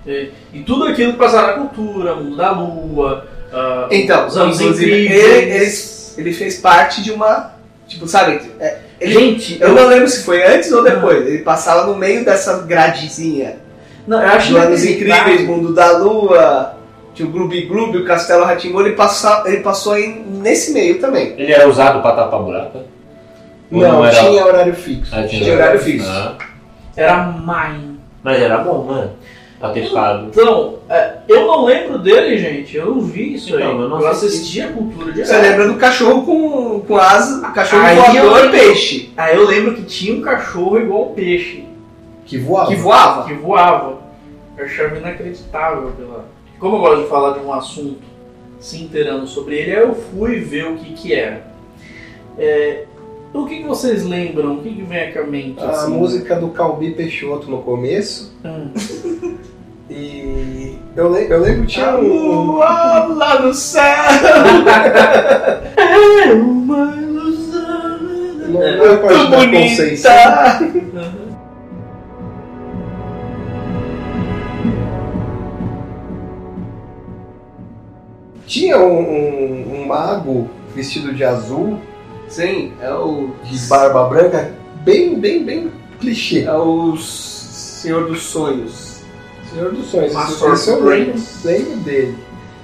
S1: É, E tudo aquilo passava na cultura, mundo da lua. ah,
S3: Então,
S1: os anos
S3: inclusive,
S1: incríveis.
S3: ele- eles- Ele fez parte de uma. Tipo, sabe? é, ele-
S1: Gente, Ah.
S3: eu não lembro se foi antes ou depois. Ele passava no meio dessa gradezinha.
S1: não, eu acho é
S3: Do Anos
S1: inacreditável.
S3: Incríveis, Mundo da Lua, tinha o Gloob Gloob, o Castelo Ratimbo, ele passou, ele passou aí nesse meio também.
S5: Ele era usado pra tapar buraco? Ou
S4: Não,
S5: era-
S4: tinha horário fixo.
S5: Ah,
S3: tinha horário fixo.
S5: Ah,
S1: Era mãe.
S5: Mas era bom, mano. Pra ter ficado.
S1: Então, é, eu não lembro dele, gente. Eu não vi isso aí.
S5: Então, eu
S1: Eu,
S5: não
S1: assisti a cultura de
S3: Você lembra do cachorro com, com asa, o cachorro
S1: Aí
S3: voador
S1: eu-
S3: e peixe,
S1: Aí eu lembro que tinha um cachorro igual um peixe,
S4: Que voava.
S3: que voava.
S1: que voava. Eu achava inacreditável. Pela... Como eu gosto de falar de um assunto se inteirando sobre ele, aí eu fui ver o que que era. É, o que que vocês lembram? O que que vem à mente?
S4: A
S1: assim?
S4: música do Calbi Peixoto no começo.
S1: Hum.
S4: E eu, le- eu lembro que tinha um, um-
S3: Voa lá no céu!
S1: É uma ilusão.
S4: Não, não é a parte
S3: Muito
S4: da Conceição.
S5: né?
S3: bonita!
S4: Tinha um, um- um mago vestido de azul,
S3: Sim, é o.
S4: de barba branca, bem, bem, bem clichê.
S3: É o Senhor dos Sonhos.
S4: Senhor dos Sonhos, esse,
S1: Master
S4: esse eu lembro, lembro dele.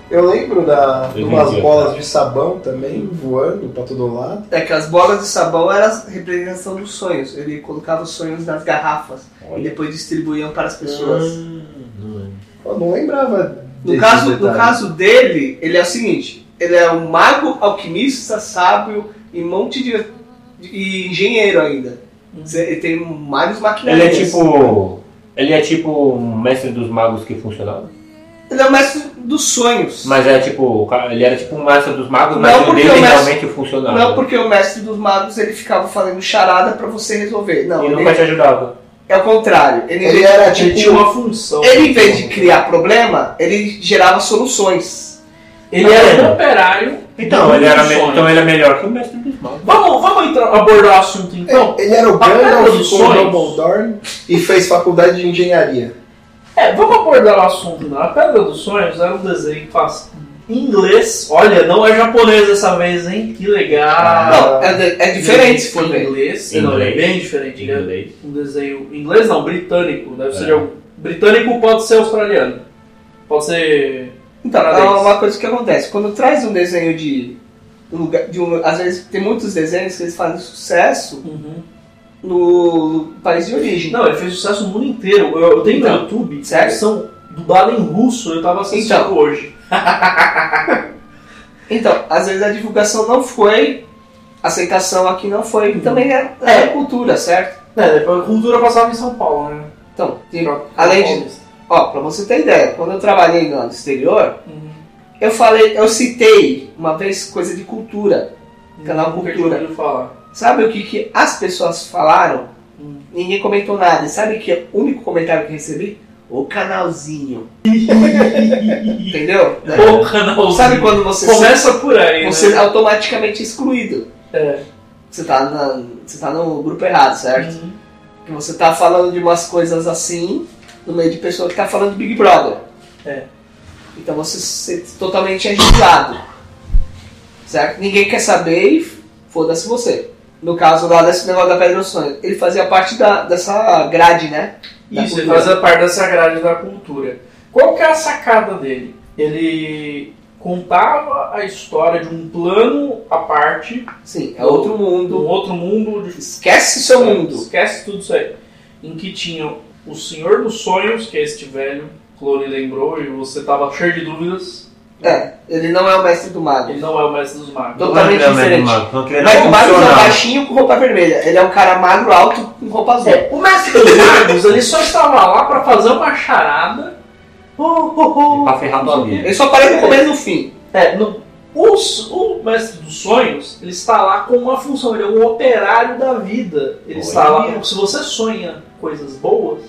S4: Eu lembro da, de
S5: Eu
S4: umas
S5: entendi,
S4: bolas de sabão também, voando pra todo lado.
S3: É que as bolas de sabão eram a representação dos sonhos. Ele colocava os sonhos nas garrafas e depois distribuíam para as pessoas.
S5: Ah.
S4: Eu não lembrava
S3: No
S4: desse
S3: caso, no
S4: detalhe.
S3: caso dele, ele é o seguinte: ele é um mago, alquimista, sábio e um monte de. de- e engenheiro ainda. Cê- Ele tem vários
S5: Uhum. Ele é
S3: maquinários.
S5: tipo. Ele é tipo um mestre dos magos que funcionava.
S3: Ele é o mestre dos sonhos.
S5: Mas é tipo. o cara- Ele era tipo um mestre dos magos, mas
S3: Não,
S5: o
S3: porque
S5: dele
S3: o mestre-
S5: realmente funcionava.
S3: Não porque o mestre dos magos ele ficava fazendo charada pra você resolver. Não,
S5: E
S3: ele-
S5: nunca te ajudava.
S3: é o contrário. Ele, é
S4: Ele era tipo
S1: Tinha uma função.
S3: ele, em vez de criar problema, ele gerava soluções.
S1: Ele era um operário.
S5: Então, ele era, me-
S1: Sonho.
S5: então ele é melhor que o mestre dos magos.
S1: Vamos, vamos entrar, abordar o assunto então.
S4: Ele era o
S1: Papel
S4: Gandalf
S1: dos
S4: com o
S1: sonhos.
S4: Dumbledore e fez faculdade de engenharia.
S1: É, vamos abordar o assunto. Não. A Pedra dos Sonhos era um desenho que faz em inglês. Olha, não é japonês dessa vez, hein? Que legal.
S3: não, é, é diferente se for
S1: Em
S3: ver.
S1: inglês. Não, é
S5: Inglês.
S1: bem diferente. né?
S5: Inglês.
S1: Um desenho em inglês não, britânico. Deve
S5: É.
S1: ser algum... Britânico pode ser australiano. Pode ser...
S3: Então, é
S1: Parabéns.
S3: uma coisa que acontece. Quando traz um desenho de. um lugar- de um- às vezes tem muitos desenhos que eles fazem sucesso
S1: Uhum.
S3: no, no país de origem.
S1: Não, ele fez sucesso no mundo inteiro. Eu, eu tenho
S3: Então,
S1: no YouTube
S3: sério?
S1: versão dublada em russo. Eu tava assistindo
S3: Então.
S1: hoje.
S3: Então, às vezes a divulgação não foi, a aceitação aqui não foi, também é, é cultura, certo?
S1: É, depois a cultura passava em São Paulo, né?
S3: Então, tem- além de. Ó, pra você ter ideia, quando eu trabalhei no exterior,
S1: Uhum.
S3: eu falei, eu citei uma vez coisa de cultura. Canal
S1: Nunca tinha
S3: Cultura.
S1: ouvido falar.
S3: Sabe o que, que as pessoas falaram?
S1: Hum.
S3: Ninguém comentou nada. E Sabe que é o único comentário que recebi? O canalzinho. Entendeu?
S1: O canalzinho.
S3: É. Sabe quando você,
S1: Começa por aí, né?
S3: você é automaticamente excluído?
S1: É.
S3: Você tá, na- você tá no grupo errado, certo?
S1: Uhum.
S3: Que você tá falando de umas coisas assim no meio de pessoa que tá falando Big Brother.
S1: É.
S3: Então você se sente totalmente agitado. Certo? Ninguém quer saber e foda-se você. No caso lá desse negócio da Pedra do Sonho, ele fazia parte da, dessa grade, né? Da
S1: Isso, ele
S3: cultura.
S1: fazia parte dessa grade da cultura. Qual que é a sacada dele? Ele contava a história de um plano à parte,
S3: Sim, é outro
S1: de um
S3: mundo.
S1: outro mundo, de
S3: Esquece seu mundo.
S1: Esquece tudo isso aí. Em que tinha o Senhor dos Sonhos, que é este velho, Clone lembrou, e você tava cheio de dúvidas.
S3: É, ele não é o mestre do mago.
S1: Ele não é o mestre dos magos.
S3: Totalmente
S5: Não, não,
S3: diferente.
S5: não, não, não,
S3: Mas o Mago é um
S5: funcionava.
S3: baixinho com roupa vermelha. Ele é um cara magro, alto, com roupa azul.
S1: É, o mestre dos magos ele só estava lá para fazer uma charada Oh, oh, oh.
S5: Pra ferrar tua vida.
S3: Ele só aparece no começo e no fim.
S1: É, no, os- o mestre dos sonhos, ele está lá com uma função, ele é um operário da vida. Ele está lá. com- Se você sonha coisas boas,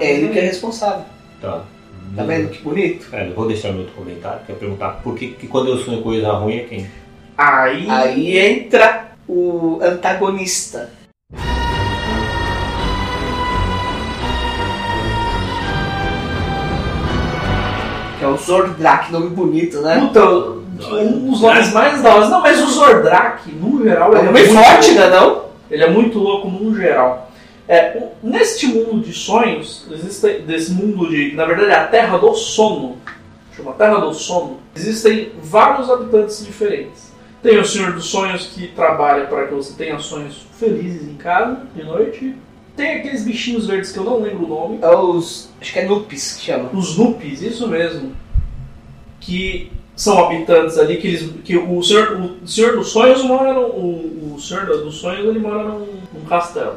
S3: É ele
S1: Uhum.
S3: que é responsável.
S5: Tá.
S3: Tá vendo que bonito?
S5: Pera, eu vou deixar meu outro comentário, que eu ia perguntar por que, que quando eu sonho coisa ruim é quem?
S1: Aí,
S3: Aí entra o antagonista. Que é o Zordrak, nome bonito, né?
S1: puta, um dos nomes mais da hora. Não, mas o Zordrak, no geral,
S3: É um
S1: ele é
S3: nome
S1: muito
S3: forte,
S1: louco.
S3: né não?
S1: Ele é muito louco no geral. É, o- neste mundo de sonhos, existe, desse mundo de. Na verdade, é a Terra do Sono. Chama Terra do Sono. Existem vários habitantes diferentes. Tem o Senhor dos Sonhos que trabalha para que você tenha sonhos felizes em casa, de noite. Tem aqueles bichinhos verdes que eu não lembro o nome.
S3: É os... Acho que é Nupis que chama.
S1: Os Nupis, isso mesmo. Que são habitantes ali, que, eles, que o, senhor, o senhor dos sonhos mora num, o, o senhor dos sonhos ele mora num, num castelo.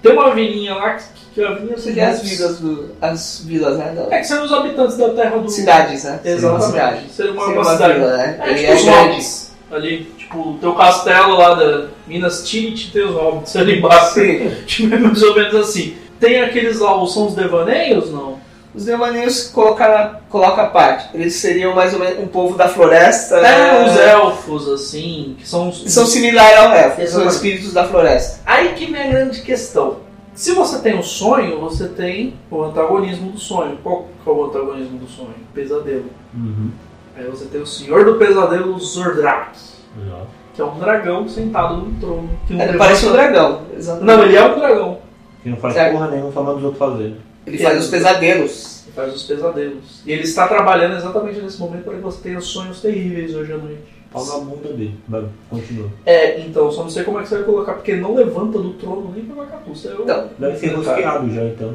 S1: Tem uma vilinha lá que, que a vilinha
S3: Você vê as vilas do... As vilas, né? da-
S1: É que são os habitantes da terra do
S3: Cidades, né? Cidade.
S1: Exatamente. Seria uma,
S3: Seria
S1: uma
S3: uma
S1: cidade.
S3: vila, né?
S1: É,
S3: Ele
S1: tipo
S3: é
S1: os
S3: grande.
S1: hobbits ali, tipo, o teu castelo lá da Minas Tirith tem os hobbits ali embaixo. Tipo, é mais ou menos assim. Tem aqueles lá, são os devaneios? Não.
S3: Os devaneios colocaram, coloca a parte. Eles seriam mais ou menos um povo da floresta.
S1: É,
S3: né?
S1: os elfos, assim, que são os.
S3: São similares ao elfo, são
S1: Exatamente.
S3: espíritos da floresta.
S1: Aí que vem a grande questão. Se você tem o sonho, você tem o antagonismo do sonho. Qual que é o antagonismo do sonho? Pesadelo.
S3: Uhum.
S1: Aí você tem o senhor do pesadelo, o Zordrak, que é um dragão sentado num trono. que não
S3: Ele
S1: levanta-
S3: parece um dragão. exato.
S1: Não, ele é um dragão.
S5: Que não faz
S3: Certo.
S5: porra nenhuma falando dos outros fazendo.
S3: Ele
S1: é
S3: faz
S1: um
S3: os pesadelos.
S1: Ele faz os pesadelos. E ele está trabalhando exatamente nesse momento para que você tenha sonhos terríveis hoje à noite.
S5: Pau na bunda dele. Vai, continua.
S1: É, então, só não sei como é que você vai colocar, porque ele não levanta do trono nem É pela catuça. Eu...
S3: Então,
S5: Deve ser
S1: Tá.
S5: rosqueado já então.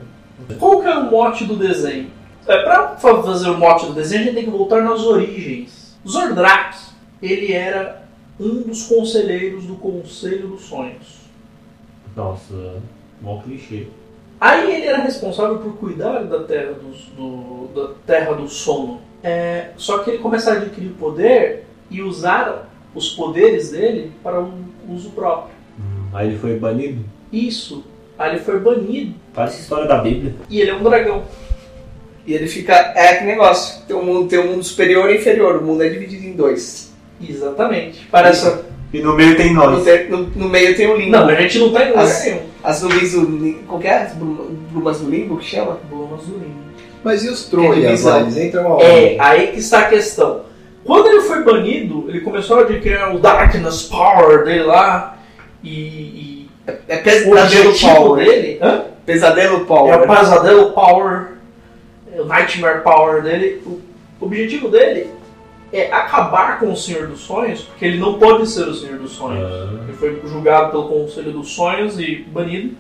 S1: Qual que é o mote do desenho? É, pra fa- fazer o mote do desenho, a gente tem que voltar nas origens. Zordrak, ele era um dos conselheiros do Conselho dos Sonhos.
S5: Nossa, mó clichê.
S1: Aí ele era responsável por cuidar da Terra, dos- do, da terra do Sono. É, só que ele começa a adquirir poder e usar os poderes dele para um uso próprio.
S5: Aí ele foi banido.
S1: Isso. Aí ele foi banido
S5: Parece história da Bíblia.
S1: e ele é um dragão.
S3: e ele fica. É que negócio. Tem um mundo, tem um mundo superior e inferior. O mundo é dividido em dois.
S1: Exatamente. Parece.
S6: E no meio tem nós.
S3: No, ter- no- no meio tem o limbo.
S1: Não, a gente não tá em lugar
S3: As-
S1: nenhum.
S3: As nuvens do. lim- Qual que é? As bruma- brumas do limbo que chama?
S1: Bluma Zulin.
S4: Mas e os trolhas
S3: divisão.
S4: lá? Eles entram aonde?
S1: É, aí que está a questão. Quando ele foi banido, ele começou a adquirir o Darkness Power dele lá. E, e
S3: É
S1: o
S3: pesadelo
S1: objetivo
S3: power.
S1: dele hã?
S3: Pesadelo né?
S1: é o
S3: power.
S1: Pesadelo Power, é o Nightmare Power dele. O objetivo dele é acabar com o Senhor dos Sonhos, porque ele não pode ser o Senhor dos Sonhos. Ele foi julgado pelo Conselho dos Sonhos e banido.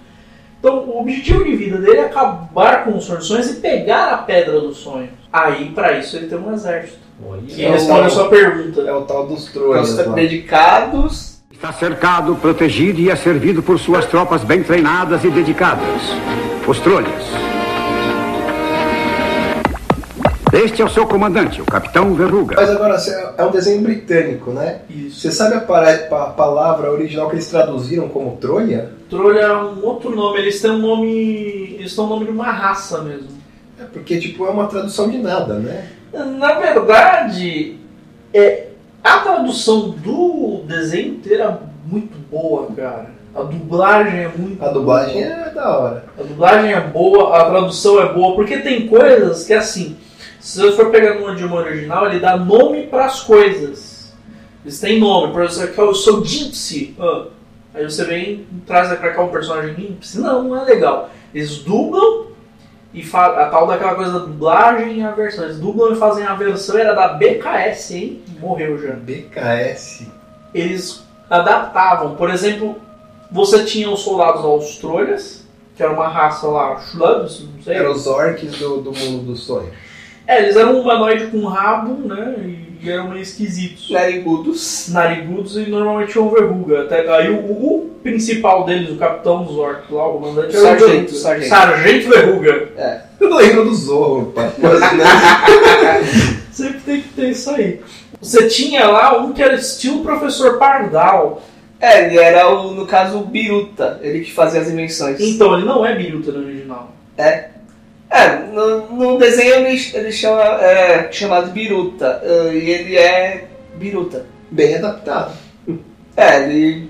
S1: Então, o objetivo de vida dele é acabar com os Senhor dos Sonhos e pegar a Pedra dos Sonhos. Aí, para isso, ele tem um exército. E
S5: Olha.
S4: É o-
S1: responde a sua pergunta.
S4: É o tal dos
S3: Nós
S4: trolhas lá.
S3: estamos Então, dedicados
S7: Está cercado, protegido e é servido por suas tropas bem treinadas e dedicadas. Os trolhas. Este é o seu comandante, o Capitão Verruga.
S4: Mas agora, cê- é um desenho britânico, né?
S1: Isso.
S4: Você sabe a, para- pa- palavra original que eles traduziram como trolha?
S1: Trolha é um outro nome, eles têm um nome. Eles têm um nome de uma raça mesmo.
S4: É porque, tipo, é uma tradução de nada, né?
S1: Na verdade, é, a tradução do desenho inteiro é muito boa, cara. A dublagem é muito
S4: A dublagem
S1: boa.
S4: é da hora.
S1: A dublagem é boa, a tradução é boa, porque tem coisas que assim, se você for pegar no idioma original, ele dá nome pras coisas. Eles têm nome, por exemplo, que eu sou Gypsy. Ah, Aí você vem e traz pra cá um personagem Gypsy. Não, não é legal. Eles dublam e fa- a tal daquela coisa da dublagem e a versão. Eles dublam e fazem a versão, era da BKS, hein? Morreu já
S4: BKS.
S1: eles adaptavam. Por exemplo, você tinha os soldados aos trolhas, que era uma raça lá, Schlubs, não sei.
S4: Eram os orcs do, do mundo dos sonhos.
S1: É, eles eram um humanoide com rabo, né? E e eram meio esquisitos.
S3: É. Narigudos.
S1: Narigudos e normalmente tinham verruga. Até, aí o, o principal deles, o capitão Zork lá, o comandante, era o
S3: Sargento,
S1: Verruga.
S3: sargento.
S1: Sargento Verruga.
S4: Eu lembro do Zorro, né? pai.
S1: Sempre tem que ter isso aí. Você tinha lá um que era estilo professor Pardal.
S3: É, ele era, o, no caso, o Biruta, ele que fazia as invenções.
S1: Então, ele não é Biruta no original.
S3: É, no, no desenho ele, ele chama, é chamado Biruta, eh, e ele é Biruta.
S4: Bem adaptado.
S3: É, ele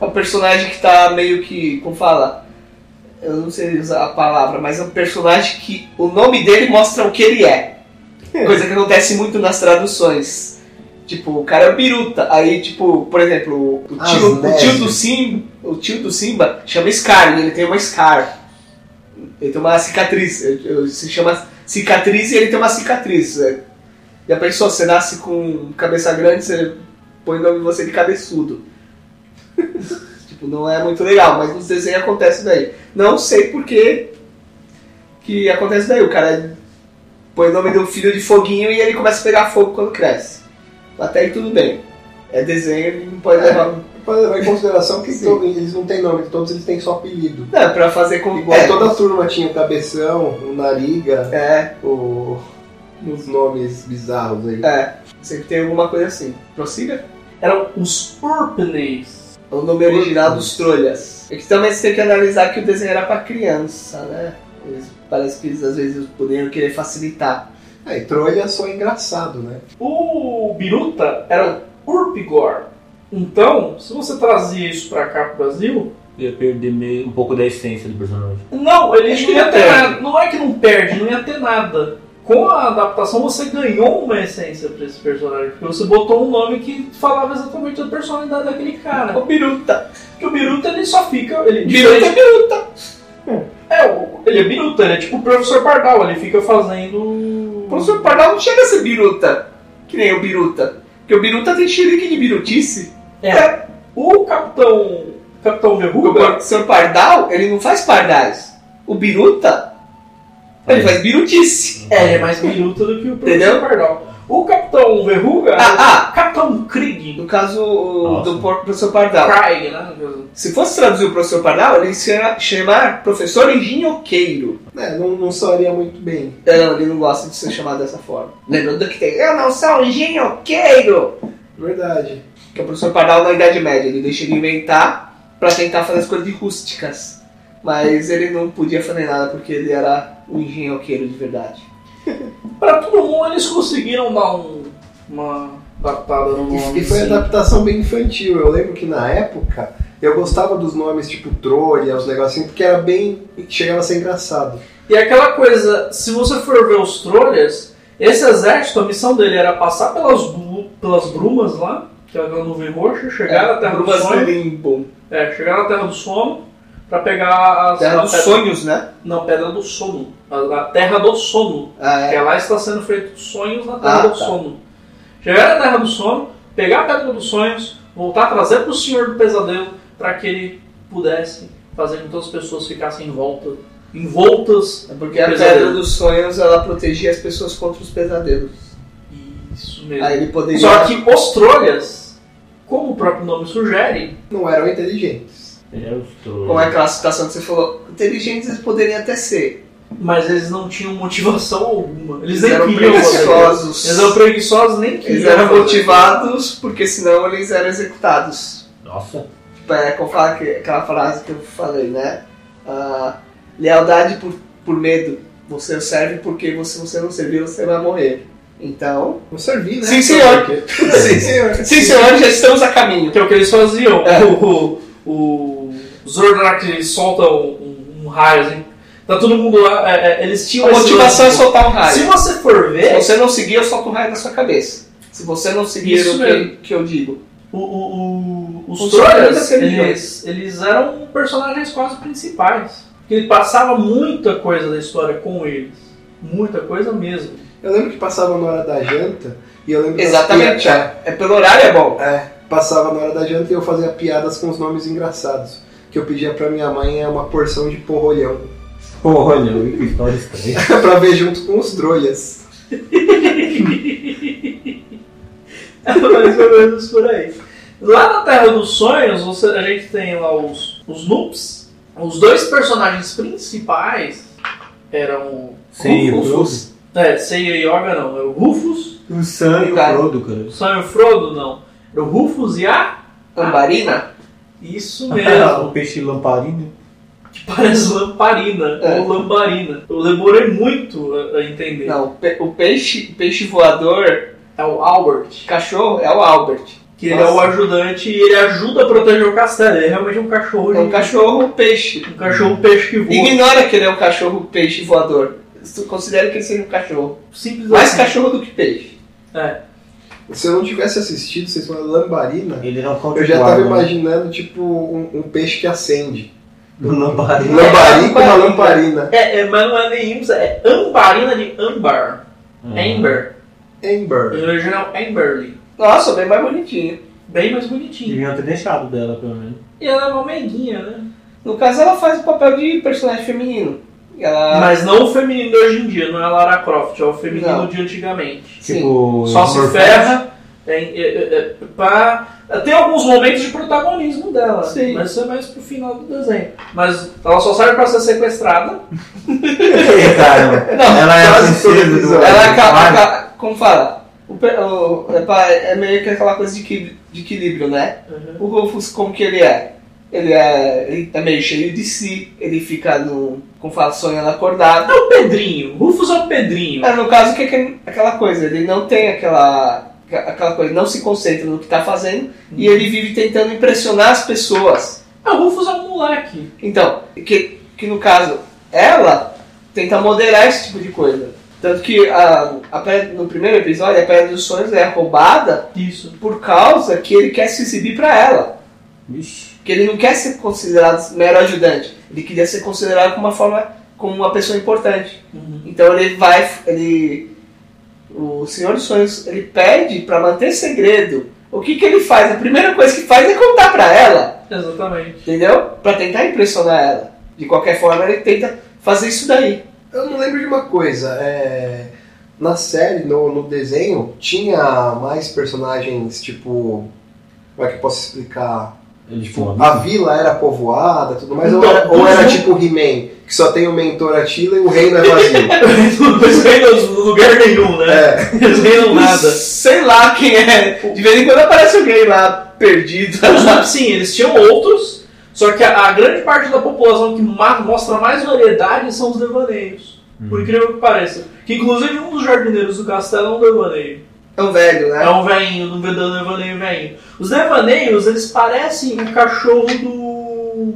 S3: é um personagem que tá meio que, como fala, eu não sei usar a palavra, mas é um personagem que o nome dele mostra o que ele é. Coisa que acontece muito nas traduções. Tipo, o cara é Biruta, aí tipo, por exemplo, o
S4: As
S3: tio, o tio
S4: merdas.
S3: do Simba, o tio do Simba chama Scar, e ele tem uma Scar. Ele tem uma cicatriz, eu- eu- se chama cicatriz e ele tem uma cicatriz. é. Já pensou, você nasce com cabeça grande, você põe o nome de você de cabeçudo. tipo, não é muito legal, mas nos desenhos acontece daí. Não sei por que que acontece daí. O cara põe o nome do filho de foguinho e ele começa a pegar fogo quando cresce. Até aí tudo bem. É desenho, ele não pode
S4: É.
S3: levar.
S4: Pra levar em consideração que
S3: Sim.
S4: to- eles não têm nome, todos eles têm só apelido.
S3: Não, é pra fazer com
S4: Igual
S3: é,
S4: toda a turma tinha o Cabeção, o Nariga,
S3: É,
S4: o... os nomes bizarros aí.
S3: é. Sempre tem alguma coisa assim. Prossiga?
S1: Eram os Urpneys.
S3: É O nome original dos trolhas. É que também você tem que analisar que o desenho era pra criança, né? Eles, parece que eles, às vezes poderiam querer facilitar.
S4: É, e trolha só é engraçado, né?
S1: O Biruta era Urpigor. Então, se você trazia isso pra cá pro Brasil,
S5: Ia perder meio, um pouco da essência do personagem.
S1: não, ele
S3: Acho
S1: não
S3: que
S1: ia
S3: não
S1: ter
S3: perde.
S1: nada. Não é que não perde, não ia ter nada. Com a adaptação você ganhou uma essência pra esse personagem. Porque você botou um nome que falava exatamente a personalidade daquele cara.
S4: Um
S3: O
S4: tá?
S3: Biruta.
S1: Porque o Biruta ele só fica. Ele,
S3: Biruta é Biruta.
S1: É, o- ele é Biruta, ele é tipo o professor Pardal, ele fica fazendo.
S3: O professor Pardal não chega a ser Biruta. Que nem o Biruta. Porque o Biruta tem xerique de birutice.
S1: É. O capitão. Capitão
S3: O
S1: Verruga.
S3: professor Pardal, ele não faz pardais. O Biruta, ele faz birutice.
S1: É, ele é mais biruta do que o professor
S3: Entendeu?
S1: Pardal. O capitão Verruga.
S3: Ah, ah.
S1: Capitão Krieg.
S3: No caso o-
S5: Nossa.
S3: do por- professor Pardal.
S1: Craig, né? no caso.
S3: Se fosse traduzir o professor Pardal, ele seria chamar professor engenhoqueiro.
S4: É, não, não soaria muito bem.
S3: É, Não, ele não gosta de ser chamado dessa forma. Lembrando que tem, "Ah, eu não sou é um engenhoqueiro.
S4: Verdade.
S3: Que é o professor Pardal na Idade Média. Ele deixa ele inventar pra tentar fazer as coisas de rústicas. Mas ele não podia fazer nada porque ele era um engenhoqueiro de verdade.
S1: Pra todo mundo eles conseguiram dar um, uma adaptada no nome.
S4: E, e foi
S1: assim.
S4: adaptação bem infantil. Eu lembro que na época eu gostava dos nomes tipo trolha, os negocinhos, porque era bem. chegava a ser engraçado.
S1: E aquela coisa, se você for ver os trolhas, esse exército, a missão dele era passar pelas, bru- pelas brumas lá, que é aquela nuvem roxa, chegar na Terra do
S3: É, Brumas
S1: Sonho.
S3: um Limbo.
S1: É, chegar na Terra do Sono pra pegar as.
S3: Terra
S1: a
S3: dos
S1: pedra-
S3: Sonhos, né?
S1: Não, Pedra do Sono. A, a Terra do Sono.
S3: Ah,
S1: Que
S3: é.
S1: lá está sendo feito sonhos na Terra
S3: Ah,
S1: do
S3: tá.
S1: Sono. Chegar na Terra do Sono, pegar a Pedra dos Sonhos, voltar a trazer pro Senhor do Pesadelo pra que ele pudesse fazer com que todas as pessoas ficassem em volta. Envoltas.
S3: É Porque a
S1: Pesadelo.
S3: Pedra dos Sonhos, ela protegia as pessoas contra os pesadelos.
S1: Isso mesmo.
S3: Aí ele poderia...
S1: Só que os trolhas, como o próprio nome sugere,
S4: Não eram inteligentes.
S5: É os trolls.
S3: Como é a classificação que você falou? Inteligentes eles poderiam até ser.
S1: mas eles não tinham motivação alguma. Eles, nem
S3: Eles eram
S1: queriam fazer.
S3: preguiçosos.
S1: Eles eram preguiçosos, nem queriam.
S3: Eles eram
S1: fazer.
S3: motivados, porque senão eles eram executados.
S5: Nossa.
S3: é, como fala que, aquela frase que eu falei, né? Ah, lealdade por, por medo. Você serve porque você, você não servir, você vai morrer. Então.
S4: Não servi, né?
S3: Sim, senhor.
S4: Porque-
S3: Sim, senhor. Sim, senhor, já estamos a caminho.
S1: Que é o que eles faziam.
S3: É.
S1: O, o, o Zordrak ele solta um, um- um raio, assim. Tá todo mundo lá. é, é, eles tinham
S3: A
S1: esse
S3: motivação é
S1: lance.
S3: soltar um
S1: Se
S3: raio.
S1: você for
S3: Se
S1: ver,
S3: você não seguir, eu solto um raio na sua cabeça. Se você não seguir
S1: Isso
S3: o que,
S1: mesmo.
S3: que eu digo.
S1: o- o- o- os,
S3: Os
S1: Trollas
S3: Trollas eram
S1: eles, eles eram personagens quase principais. Porque ele passava muita coisa da história com eles. Muita coisa mesmo.
S4: Eu lembro que passava na hora da janta e eu lembro das
S3: Exatamente.
S4: piadas-
S3: É, é pelo horário é bom.
S4: É, passava na hora da janta e eu fazia piadas com os nomes engraçados. Que eu pedia pra minha mãe é uma porção de porrolhão.
S5: Olha, que história estranha.
S4: pra ver junto com os drolhas.
S1: É mais ou menos por aí. Lá na Terra dos Sonhos, você- a gente tem lá os, os Noops. Os dois personagens principais eram o.
S6: Sim, o
S1: Rufus. É, Seiya e Yoga não, era o Rufus.
S6: O Sam e o
S3: Cara.
S6: Frodo, cara.
S1: O Sam e o Frodo não. Era o Rufus e a.
S3: Ambarina?
S1: Isso mesmo.
S6: o peixe lamparina.
S1: que parece lamparina
S3: É.
S1: ou lambarina. Eu demorei muito a, a entender.
S3: Não, o pe- o peixe, o peixe voador,
S1: É o Albert.
S3: cachorro, é o Albert.
S1: Que ele é o ajudante e ele ajuda a proteger o castelo. Ele é realmente um cachorro.
S3: É um
S1: de-
S3: cachorro peixe.
S1: um cachorro peixe que voa.
S3: Ignora que ele é um cachorro peixe voador. Tu Considera que ele seja um cachorro.
S1: Simples
S3: Mais
S1: assim.
S3: cachorro do que peixe.
S4: Se eu não tivesse assistido, vocês falam lambarina,
S6: Ele não conta
S4: eu já tava
S6: guarda, né?
S4: imaginando tipo um, um peixe que acende.
S6: Do lamparina.
S4: Lambarina com uma
S3: lamparina.
S4: lamparina.
S1: É, é, mas não é nem isso, é ambarina de ambar.
S6: É.
S1: Amber.
S4: Amber.
S1: Em original Amberly.
S3: Nossa, bem mais bonitinho.
S1: Bem mais bonitinho.
S6: Deviam ter deixado dela, pelo menos.
S1: E ela é uma meiguinha, né?
S3: No caso, ela faz o papel de personagem feminino. Ela.
S1: Mas não o feminino de hoje em dia, não é a Lara Croft, é o feminino
S3: Não.
S1: de antigamente.
S3: Sim.
S6: Tipo,
S1: Só se
S6: Morpheus.
S1: ferra. tem- é, é, é, pra- Tem alguns momentos de protagonismo dela,
S3: Sim.
S1: mas isso é mais pro final do desenho. Mas ela só serve pra ser sequestrada.
S6: É, cara.
S3: Não,
S6: Ela é a
S4: quase todo
S6: princesa do.
S4: episódio.
S5: é,
S3: Ela acaba,
S6: Claro.
S3: acaba- como fala? O pe- o- é, pa- é meio que aquela coisa de, equil- de equilíbrio, né? O Rufus, como que ele é? Ele é, ele é meio cheio de si, ele fica no, como fala, sonhando acordado.
S1: O Pedrinho, Rufus é o Pedrinho.
S3: É, no caso, que é que- aquela coisa, ele não tem aquela, aquela coisa, não se concentra no que tá fazendo e ele vive tentando impressionar as pessoas.
S1: Ah, o Rufus é um moleque.
S3: Então, que, que no caso, ela tenta moderar esse tipo de coisa. Tanto que a, a pedra- no primeiro episódio, a Pedra dos Sonhos é roubada
S1: Isso.
S3: por causa que ele quer se exibir pra ela.
S6: Vixe.
S3: Que ele não quer ser considerado mero ajudante. Ele queria ser considerado como uma forma como uma pessoa importante.
S1: Uhum.
S3: Então ele vai, ele o Senhor dos Sonhos, ele pede pra manter segredo. O que que ele faz? A primeira coisa que faz é contar pra ela,
S1: Exatamente.
S3: entendeu? Pra tentar impressionar ela. De qualquer forma, ele tenta fazer isso daí.
S4: Eu não lembro de uma coisa. é, Na série, no, no desenho, tinha mais personagens tipo. Como é que eu posso explicar?
S6: Ele
S4: Tipo,
S6: tipo,
S4: a vila era povoada tudo mais, ou
S1: Então,
S4: era, ou era
S1: tudo-
S4: tipo He-Man, que só tem o mentor Atila e o reino é vazio.
S1: Eles reinam em lugar nenhum, né?
S4: é,
S1: Eles reinam nada.
S3: Sei lá quem é. De vez em quando aparece alguém lá perdido.
S1: Sim, eles tinham outros, só que a, a grande parte da população que ma- mostra mais variedade são os devaneios. Por incrível que pareça. Que inclusive um dos jardineiros do castelo é um devaneio.
S3: É um velho, né?
S1: É um veinho, um verdadeiro devaneio veinho. Os devaneios, eles parecem o cachorro do.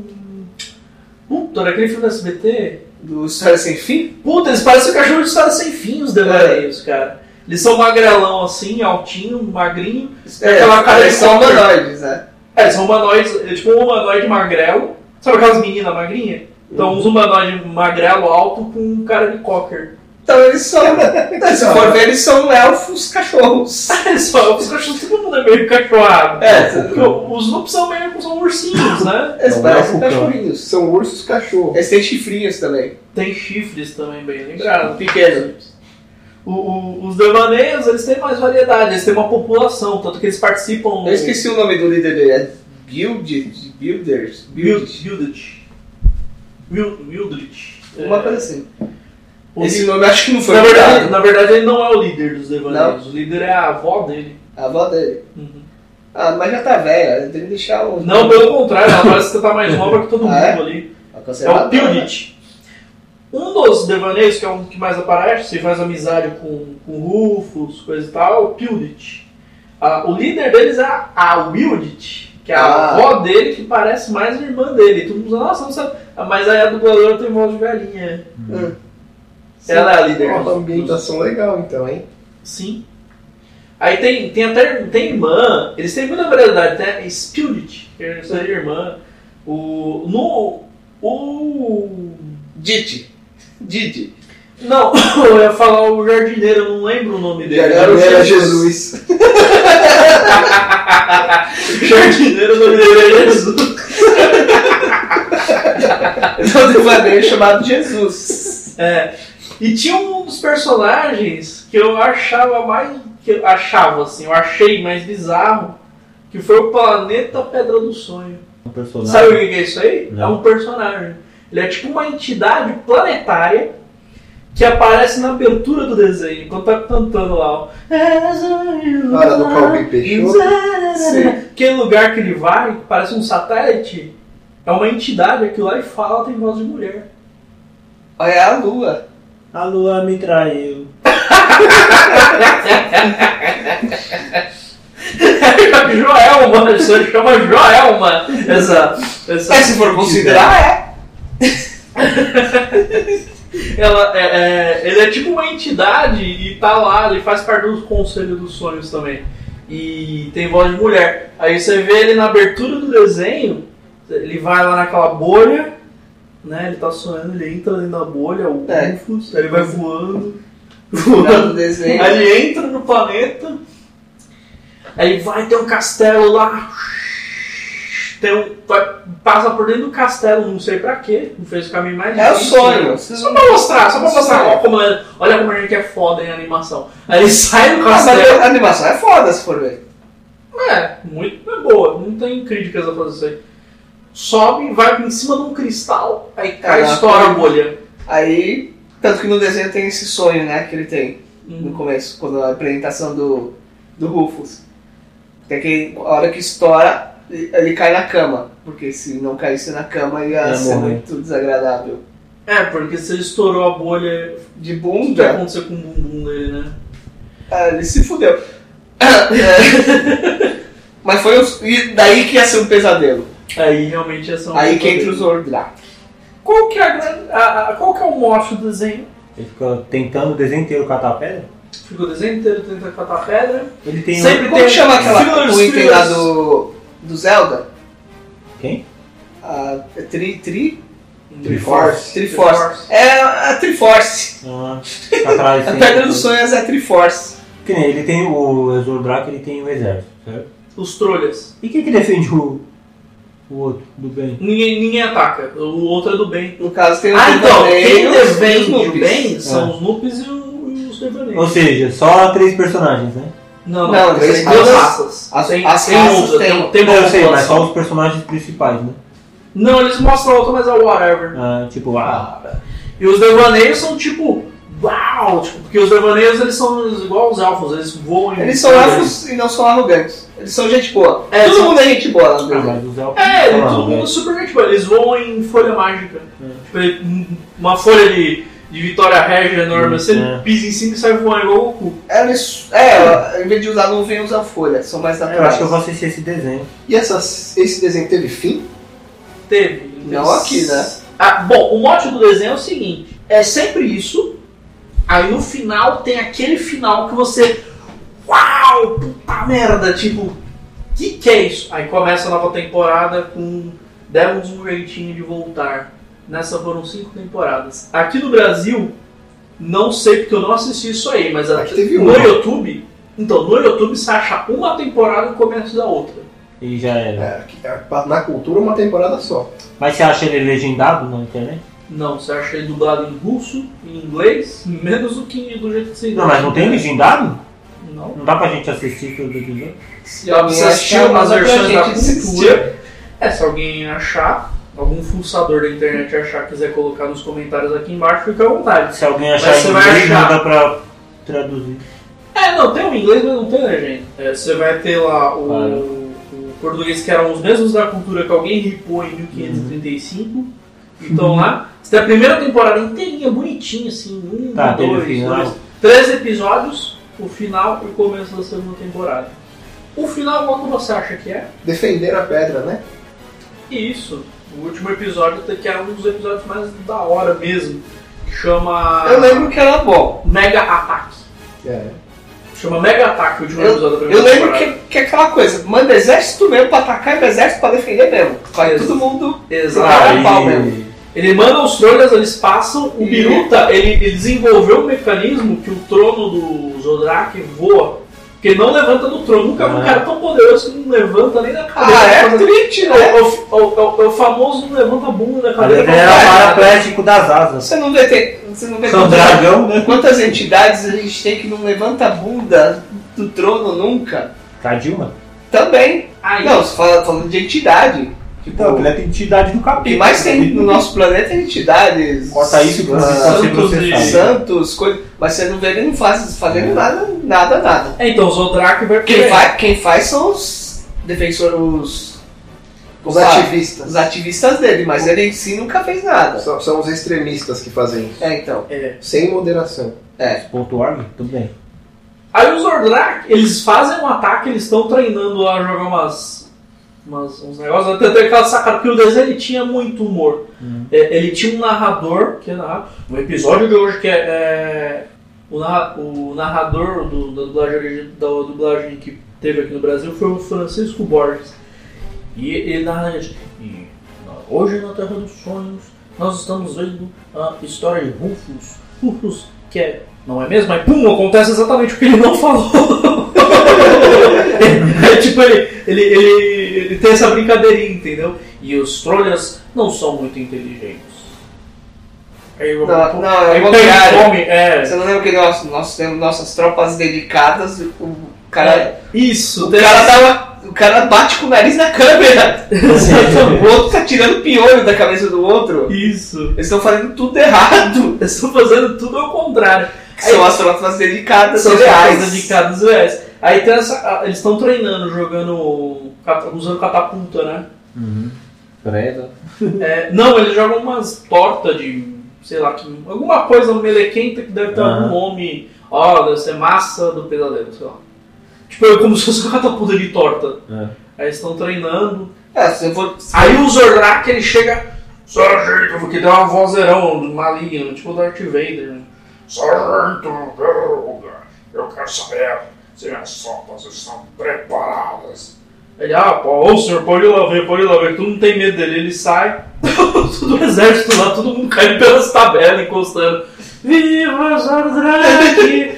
S1: Puta, era aquele filme do SBT?
S3: Do História Sem Fim.
S1: Puta, eles parecem o cachorro de história sem fim, os devaneios, cara. Eles são magrelão assim, altinho, magrinho. É, aquela cara de
S3: eles são
S1: Cooper.
S3: humanoides, né?
S1: É, eles são humanoides, é tipo um humanoide magrelo. Sabe aquelas meninas magrinhas? Então, uns humanoides magrelo alto com um cara de cocker.
S3: Então eles são. então, Se for ver, eles são elfos cachorros.
S1: É Só, os cachorros, todo mundo é meio cachorrado.
S3: É,
S1: Os lupos são meio são ursinhos, né?
S3: Eles
S6: Não,
S3: parecem
S6: elfo cão.
S3: cachorrinhos.
S4: são ursos cachorro.
S3: Eles têm chifrinhos também. Ah, um
S1: Tem chifres também, bem lembrado.
S3: Pequenos.
S1: O- o- os devaneios, eles têm mais variedade, eles têm uma população, tanto que eles participam...
S3: Eu esqueci o nome do líder dele. É Build. Builders.
S1: Wild-
S3: Build.
S1: Wildred. Wil- Wildred. É,
S3: Uma coisa assim.
S1: o
S3: Esse nome eu acho que não foi
S1: na, verdade,
S3: verdade.
S1: na verdade, ele não é o líder dos devaneios. O líder é a avó dele.
S3: A avó dele.
S1: Uhum.
S3: Ah, mas já tá velha. Tem que deixar o.
S1: Não, pelo contrário, ela parece que tá mais nova que todo mundo
S3: Ah, é?
S1: ali.
S3: A
S1: É o
S3: conservadora.
S1: Pildit. Um dos devaneios, que é um que mais aparece, se faz amizade com, com Rufus, coisa e tal, é o Pildit. Ah, o líder deles é a, a Wildit, que é a
S3: Ah.
S1: avó dele, que parece mais a irmã dele. E Todo mundo fala, nossa, não sabe. Ah, Mas aí a dubladora tem voz de velhinha. Ela é a líder.
S4: Uma ambientação legal então, hein?
S1: Sim. Aí tem, tem até tem irmã, eles têm muita variedade, tem a Spirit, que é essa irmã. O. No. O.
S3: Didi. Didi.
S1: Não, eu ia falar o jardineiro, eu não lembro o nome dele.
S4: Era,
S1: o
S4: era
S1: Jesus.
S4: Jesus.
S1: Jardineiro, o nome dele era Jesus.
S3: Esse é um devaneio chamado Jesus.
S1: É. E tinha um dos personagens que eu achava mais que eu achava, assim, eu achei mais bizarro, que foi o planeta Pedra do Sonho.
S6: Um personagem.
S1: Sabe o que que é isso aí?
S6: Não.
S1: É um personagem. Ele é tipo uma entidade planetária que aparece na abertura do desenho, quando tá cantando lá. ó.
S4: Hora do Calvin Peixoto.
S1: é- Aquele lugar que ele vai, que parece um satélite, é uma entidade, aquilo lá e fala, tem voz de mulher.
S3: Olha é a lua.
S2: A lua me traiu.
S1: Joelma, isso aí chama Joelma. Essa, essa
S3: Mas se for considerar, é.
S1: Ela, é, é- ele é tipo uma entidade e tá lá, ele faz parte dos conselhos dos sonhos também. E tem voz de mulher. Aí você vê ele na abertura do desenho, ele vai lá naquela bolha, né? Ele tá sonhando, ele entra dentro da bolha, o
S3: É.
S1: Rufus, aí ele vai voando,
S3: Não,
S1: voando.
S3: no desenho.
S1: Aí ele entra no planeta, aí vai ter um castelo lá, tem um, vai- passa por dentro do castelo, não sei pra quê, não fez o caminho mais
S3: É o
S1: difícil, né?
S3: sonho.
S1: Só pra mostrar, só pra mostrar ó, como é, olha como a gente é foda em animação. Aí ele sai do
S3: Nossa,
S1: castelo.
S3: a animação é foda se for ver.
S1: É, muito é boa, não tem críticas a fazer isso aí. Sobe, vai em cima de um cristal, aí cai,
S3: Caraca.
S1: estoura a bolha.
S3: Aí, tanto que no desenho tem esse sonho, né? Que ele tem no
S1: Hum,
S3: começo, quando a apresentação do, do Rufus. Tem que a hora que estoura, ele ele cai na cama. Porque se não caísse na cama, ia
S6: Ia
S3: ser
S6: morrer.
S3: muito desagradável.
S1: É, porque se ele estourou a bolha,
S3: De
S1: o que vai
S3: bunda,
S1: acontecer com o bumbum dele, né?
S3: ah, ele se fudeu. É. Mas foi um- e daí que ia ser um pesadelo.
S1: Aí realmente essa é uma
S3: Aí
S1: boa
S3: que entra o
S1: dele.
S3: Zordrak.
S1: Qual que é a grande. a- a- qual que é o mote do desenho?
S6: Ele fica tentando o desenho inteiro catar a pedra.
S1: Ficou o desenho inteiro tentando catar pedra.
S6: Ele tem um.
S1: Sempre
S3: Como
S1: tem
S3: chama aquela
S1: thrillers,
S3: o item lá
S1: thrillers.
S3: do, do Zelda?
S6: um- Quem?
S3: A tri, tri,
S4: Triforce.
S3: Triforce. É a Triforce.
S6: Ah, tá atrás,
S3: A
S6: sim.
S3: Pedra dos Sonhos é a Triforce.
S6: Que nem ele tem o Zordrak, ele tem o exército, certo?
S1: Os trolhas.
S6: E quem que defende o. o outro, do bem?
S1: Ninguém, ninguém ataca. O outro é do bem.
S3: No caso tem o
S1: Ah, então, quem
S3: devaneio e os Ah.
S1: defende o
S3: Snoopys.
S1: bem são os Noops e, o- e os
S6: Ou
S1: Devaneios.
S6: seja, só três personagens, né?
S1: Não,
S3: Não,
S1: não,
S3: eles-
S1: tem duas
S3: as-
S1: raças.
S3: as-
S1: tem,
S3: as
S1: tem
S3: raças
S1: outra,
S3: têm-
S1: tem, tem uma
S6: eu sei, mas
S3: um-
S1: população.
S6: só os personagens principais, né?
S1: Não, eles mostram outra, mas é o whatever.
S6: Ah, tipo, ah,
S1: E os Devaneios são tipo. Uau! Tipo, porque os Devaneios eles são igual os Elfos, eles voam em-
S3: Eles são elfos e não são arrogantes. Eles são gente boa.
S1: É,
S3: Todo
S1: são-
S3: mundo é gente boa lá no
S6: ah,
S3: desenho.
S6: mas os elfos.
S5: tá
S1: É,
S6: não,
S1: todo
S5: né?
S1: mundo
S6: velho.
S1: é super gente boa. Eles voam em folha mágica. Tipo, ele- um- uma folha de, de Vitória Regia enorme,
S6: Hum,
S1: assim,
S6: é.
S1: ele pisa em cima e sai voando igual o Goku.
S3: Eles, é, em vez de usar nuvem, usa folha. São mais
S1: É,
S6: Eu
S3: naturais.
S6: acho que eu vou assistir esse desenho.
S4: E essas, esse desenho teve fim?
S1: Teve.
S3: Não aqui, né?
S1: Ah, bom, o mote do desenho é o seguinte: é sempre isso. Aí no final tem aquele final que você. Uau! Puta merda! Tipo, que que é isso? Aí começa a nova temporada com. Demos um jeitinho de voltar. Nessa foram cinco temporadas. Aqui no Brasil, não sei porque eu não assisti isso aí, mas a-
S4: Aqui teve
S1: no
S4: uma.
S1: YouTube. Então, no YouTube você acha uma temporada e começa da outra.
S6: E já era.
S4: É, que- é, na cultura, uma temporada só.
S6: Mas você acha ele legendado na internet?
S1: Não, você acha ele dublado em russo, em inglês, menos do que do jeito que você
S6: Não, mas não tem legendado?
S1: Não.
S6: Não dá pra gente assistir tudo de novo?
S1: Se alguém
S3: Você
S1: assistiu
S3: achar,
S1: umas
S3: manda pra
S1: versões da
S3: gente assistir.
S1: cultura. É, se alguém achar, algum fuçador da internet achar, quiser colocar nos comentários aqui embaixo, fica à vontade.
S6: Se alguém achar
S1: Mas você
S6: em
S1: vai
S6: inglês,
S1: achar.
S6: manda pra traduzir.
S1: É, não, tem o inglês, mas não tem legenda. É, você vai ter lá o,
S6: Claro.
S1: o português, que eram os mesmos da cultura que alguém ripou em 1535. Então lá, você tem a primeira temporada inteirinha, bonitinha, assim, um,
S6: Tá, teve
S1: dois,
S6: final.
S1: dois, três episódios, o final e o começo da segunda temporada. O final, qual que você acha que é?
S4: Defender a pedra, né?
S1: Isso, o último episódio, até que é um dos episódios mais da hora mesmo, que chama
S3: Eu lembro que era bom.
S1: Mega Ataque.
S4: É.
S1: Chama Mega Ataque, o último episódio da primeira
S3: Eu lembro
S1: temporada.
S3: que, que é aquela coisa, manda exército mesmo pra atacar e manda exército pra defender mesmo. Vai todo mundo.
S1: Exato.
S3: Aí- pau mesmo.
S6: e...
S1: Ele manda os trolhas, eles passam. O Biruta, ele, ele desenvolveu um mecanismo que o trono do Zodrak voa. Porque ele não levanta do trono. Nunca vi um
S6: Ah.
S1: cara tão poderoso que não levanta nem da cadeira.
S3: Ah, é triste, né?
S1: É o, o- o- o- o famoso não levanta a bunda da
S6: Mas
S1: cadeira.
S3: É,
S6: ele
S1: pra
S6: era
S1: falar nada.
S6: paraplégico das asas.
S3: Você não vê, você não vê
S6: São
S3: quantas-
S6: dragão, né?
S3: quantas entidades a gente tem que não levanta a bunda do trono nunca.
S5: Tá, Dilma?
S3: Também.
S1: Aí.
S3: Não, você fala, falando de entidade. Tipo,
S6: Então, ele é a entidade do capeta.
S3: o que mais tem no nosso planeta é entidades.
S6: Corta isso que você
S3: Ah,
S6: pode ser
S1: santos e-
S6: processado.
S3: santos, coisas. Mas você não vê ele não faz, fazendo nada, nada, nada.
S1: É, então, o Zodrak vai...
S3: Quem, vai, quem faz são os defensores, os,
S4: Os
S3: Opa.
S4: ativistas.
S3: os ativistas dele, mas ele em si nunca fez nada.
S4: São, são os extremistas que fazem isso.
S3: É, então. É.
S4: Sem moderação.
S6: Ponto org, tudo bem.
S1: Aí os Zordrak, eles fazem um ataque, eles estão treinando lá a jogar umas, umas- uns negócios. Até tem aquela sacada, porque o desenho ele tinha muito humor. É, ele tinha um narrador, que é narrado, um episódio de hoje que é. é, o, narra- o narrador do, da, dublagem, origi- da dublagem que teve aqui no Brasil foi o Francisco Borges. E ele narra isso. E, ah, Hoje na Terra dos Sonhos nós estamos vendo a história de Rufus. Rufus, que é não é mesmo? Aí pum, acontece exatamente o que ele não falou. é tipo, ele, ele, ele, ele tem essa brincadeirinha, entendeu? E os trolhas não são muito inteligentes. Aí eu um
S3: Não, não, é
S1: aí
S3: o
S1: pega
S3: contrário.
S1: o nome, é.
S3: Você não lembra que nós, nós temos nossas tropas dedicadas, o cara.
S1: Isso,
S3: O
S1: É, tem-
S3: cara tava. O cara bate com o nariz na câmera. o outro tá tirando piolho da cabeça do outro.
S1: Isso.
S3: Eles estão fazendo tudo errado.
S1: Eles estão fazendo tudo ao contrário.
S3: Que são as tropas dedicadas,
S1: São
S3: reais.
S1: reais dedicados reais. Aí tem essa. Eles estão treinando, jogando. cata- usando catapulta, né?
S6: Uhum.
S1: É, não, eles jogam umas tortas de, sei lá, que, alguma coisa melequenta que deve ter algum nome. Ó, deve ser massa do pesadelo, sei lá. Tipo, é como se fosse uma catapulta de torta. Aí eles estão treinando.
S3: É, se eu for.
S1: Aí o Zordrak, ele chega... Sargento, porque dá uma vozeirão maligna, tipo o Darth Vader. né?
S8: Sargento Verruga, eu quero saber se minhas tropas estão preparadas.
S1: Ele, ah, pô, ô senhor, pode ir lá ver, pode ir lá ver. é Tu não tem medo dele, ele sai. Todo o exército lá, todo mundo caindo pelas tabelas, encostando. Viva Zardrake,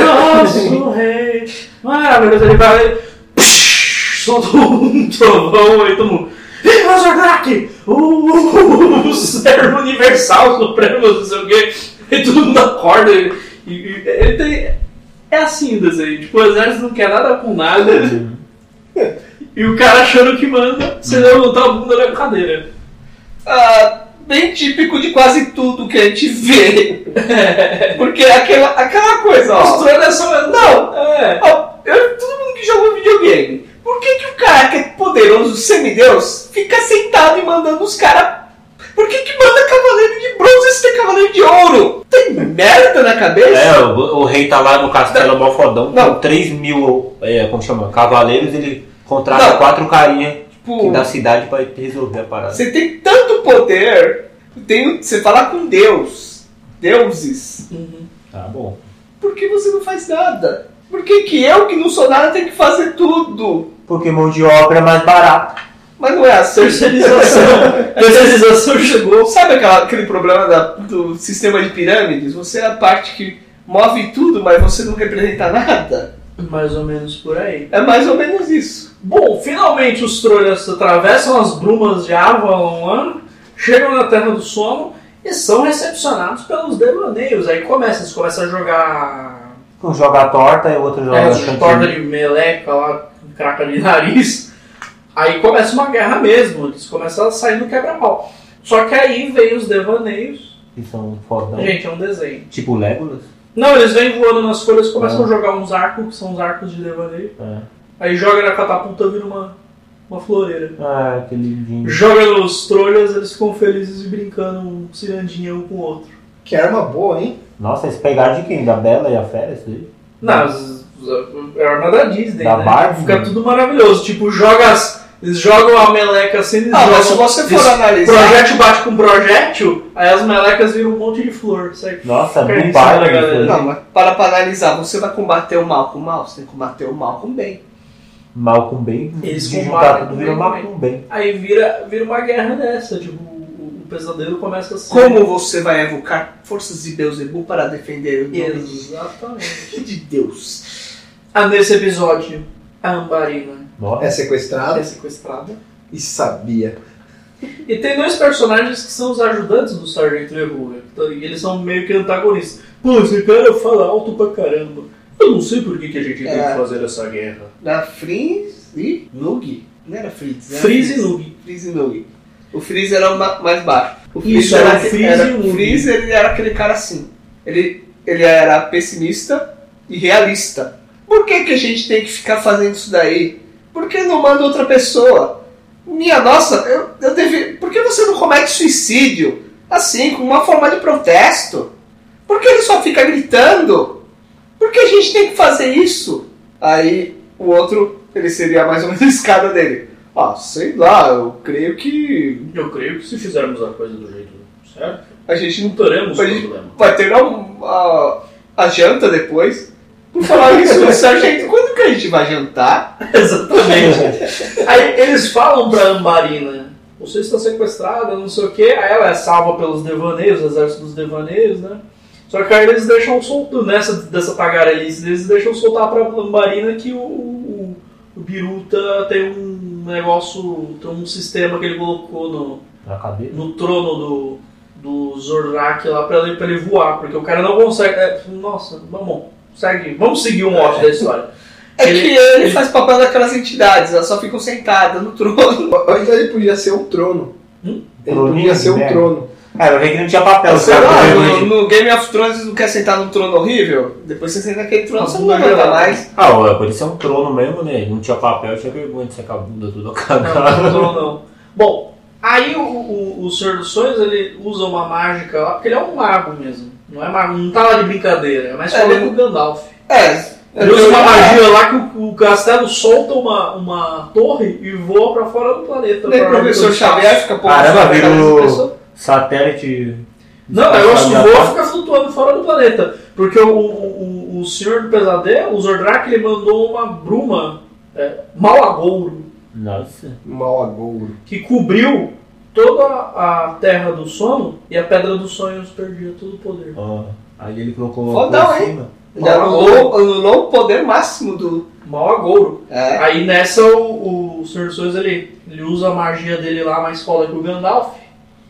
S1: nosso rei. Maravilhoso, ele vai... Solta um trovão aí, todo mundo... Viva Zardrake, o servo universal, supremo, não sei o quê. E todo mundo acorda e... e- e- ele tem... É assim o desenho, tipo, o exército não quer nada com nada. E o cara achando que manda, você levantar a bunda na cadeira.
S3: ah, bem típico de quase tudo que a gente vê.
S1: É,
S3: é Porque aquela, aquela coisa, ó.
S1: Mostrando essa.
S3: Não.
S1: É.
S3: Ó, eu, todo mundo que jogou videogame, por que, que o cara que é poderoso semideus fica sentado e mandando os caras. Por que, que manda cavaleiro de bronze se tem cavaleiro de ouro? Tem merda na cabeça?
S5: É, o, o rei tá lá no castelo mó fodão,
S3: Não.
S5: com 3 mil, é, como chama, cavaleiros, ele contrata
S3: Não.
S5: quatro carinha
S3: Tipo,
S5: da cidade pra resolver a parada.
S3: você tem tanto poder, tem, você fala com Deus, deuses,
S5: Tá bom.
S3: por que você não faz nada? Por que, que eu, que não sou nada, tenho que fazer tudo?
S6: Porque mão de obra é mais barata.
S3: Mas não é assim.
S1: Terceirização. Terceirização chegou.
S3: Sabe aquela- aquele problema da- do sistema de pirâmides? Você é a parte que move tudo, mas você não representa nada?
S1: Mais ou menos por aí.
S3: É mais ou menos isso.
S1: Bom, finalmente os trolhas atravessam as brumas de Avalon ano, chegam na Terra do Sono e são recepcionados pelos devaneios. Aí começa, eles começam a jogar.
S6: Um joga a torta e o outro joga
S1: é,
S6: a
S1: de
S6: cantina.
S1: torta de meleca lá, craca de nariz. Aí começa uma guerra mesmo, eles começam a sair no quebra-pau. Só que aí vem os devaneios.
S6: Que são fodão.
S5: Então.
S1: Gente, é um desenho.
S6: Tipo Legolas.
S1: Não, eles vêm voando nas folhas, começam a jogar uns arcos, que são os arcos de devaneio.
S6: É.
S1: Aí joga na catapulta, vira uma, uma floreira.
S6: Ah, que lindinho.
S1: Joga nos trolhas, eles ficam felizes e brincando, um cirandinha um com o outro.
S4: Que arma boa, hein?
S6: Nossa, eles pegaram de quem? Da Bela e a Fera, isso daí?
S1: Não, os- os- é a arma da Disney,
S6: Da
S1: né?
S6: Barbie?
S1: Fica tudo maravilhoso. Tipo, joga as, eles jogam a meleca assim, eles
S3: Ah,
S1: jogam... eles-
S3: analisar.
S1: Projétil bate com projétil, aí as melecas viram um monte de flor. Sai
S6: Nossa,
S1: Fica
S6: do
S1: isso,
S6: Barbie.
S1: né, galera?
S6: isso daí.
S3: Não, mas para pra analisar, você vai combater o mal com o mal, você tem que combater o mal com o bem.
S6: Malcolm Bay.
S1: Eles
S6: de juntar
S1: combatem
S6: tudo vira
S1: bem,
S6: Malcolm Bay.
S1: Aí vira, vira uma guerra dessa, tipo, o, o pesadelo começa assim.
S3: Como você vai evocar forças de Beuzebu para defender o nome
S1: Exatamente.
S3: de Deus?
S1: Ah, nesse episódio, a Ambarina
S6: Nossa.
S4: É
S1: é
S4: sequestrada
S1: sequestrada.
S4: e sabia.
S1: E tem dois personagens que são os ajudantes do né? Sargento Verruga. Então, e eles são meio que antagonistas. Pô, esse cara fala alto pra caramba. Eu não sei por que, que a gente tem que
S3: É.
S1: fazer essa guerra.
S3: Da Freeze e Nug. Não era Freeze, né?
S1: Freeze e Nug.
S3: Freeze e Nug. O Freeze era o ma- mais baixo. O Freeze
S1: Isso, era o Freeze e um
S3: era,
S1: o Nug.
S3: o Freeze ele era aquele cara assim. Ele, ele era pessimista e realista. Por que, que a gente tem que ficar fazendo isso daí? Por que não manda outra pessoa? Minha nossa, eu, eu deve. Por que você não comete suicídio? Assim, com uma forma de protesto? Por que ele só fica gritando? Por que a gente tem que fazer isso? Aí o outro, ele seria mais ou menos a escada dele. Ah, sei lá, eu creio que
S1: Eu creio que se fizermos a coisa do jeito certo,
S3: a gente
S1: não teremos
S3: Mas-
S1: problema.
S3: não vai ter um- a, a janta depois. Por falar isso, sargento, quando que a gente vai jantar?
S1: Exatamente. Aí eles falam pra Ambarina, você está tá sequestrada, não sei o quê. Aí ela é salva pelos devaneios, o exército dos devaneios, né? Só que aí eles deixam solto, nessa dessa tagarelice, eles deixam soltar pra Ambarina que o, o, o Biruta tem um negócio, tem um sistema que ele colocou no,
S5: Na cabeça.
S1: no trono do, do Zorak lá pra ele, pra ele voar, porque o cara não consegue. é, nossa, vamos, segue, vamos seguir o mote da história.
S3: É
S1: Ele-
S3: que ele faz papel daquelas entidades, elas só ficam sentadas no trono.
S4: Ou então ele podia ser um trono.
S1: Hum?
S4: Ele
S6: Troninho,
S4: podia ser um
S6: né?
S4: trono.
S6: Ah, eu vi que não tinha papel. os
S3: Sei
S6: caras
S3: lá,
S6: com vergonha
S3: no,
S6: de-
S3: no Game of Thrones não quer sentar num trono horrível? Depois você senta naquele trono, você não levanta mais.
S5: Ah, ó, por isso é um trono mesmo, né? Ele Não tinha papel, tinha vergonha de secar a bunda tudo
S1: Não, não,
S5: cagada.
S1: não, não. Bom, aí o, o, o Senhor dos Sonhos ele usa uma mágica lá, porque ele é um mago mesmo. Não é mago, não tá lá de brincadeira, é mais
S3: É,
S1: falando
S3: ele-
S1: com o Gandalf.
S3: É,
S1: Ele usa uma magia lá que o, o castelo solta uma, uma torre e voa pra fora do planeta.
S3: nem
S1: pra-
S3: professor Xavier fica pondo
S6: Caramba,
S3: na cara
S6: virou-
S3: das pessoas.
S6: Satélite.
S1: Não, é, o negócio
S6: Sabe a
S1: voa
S6: parte?
S1: fica flutuando fora do planeta. Porque o, o, o- o Senhor do Pesadelo, o Zordrak, ele mandou uma bruma, é, Malagouro,
S5: Nossa.
S4: Mal agouro.
S1: que cobriu toda a Terra do Sono e a Pedra dos Sonhos perdia todo o poder.
S6: Ó, aí ele colocou.
S3: Fodão,
S6: por
S3: hein?
S6: cima.
S3: Já anulou, anulou o poder máximo do.
S1: Malagouro.
S3: É.
S1: Aí nessa o, o Senhor dos Sonhos, ele, ele usa a magia dele lá mais foda que o Gandalf.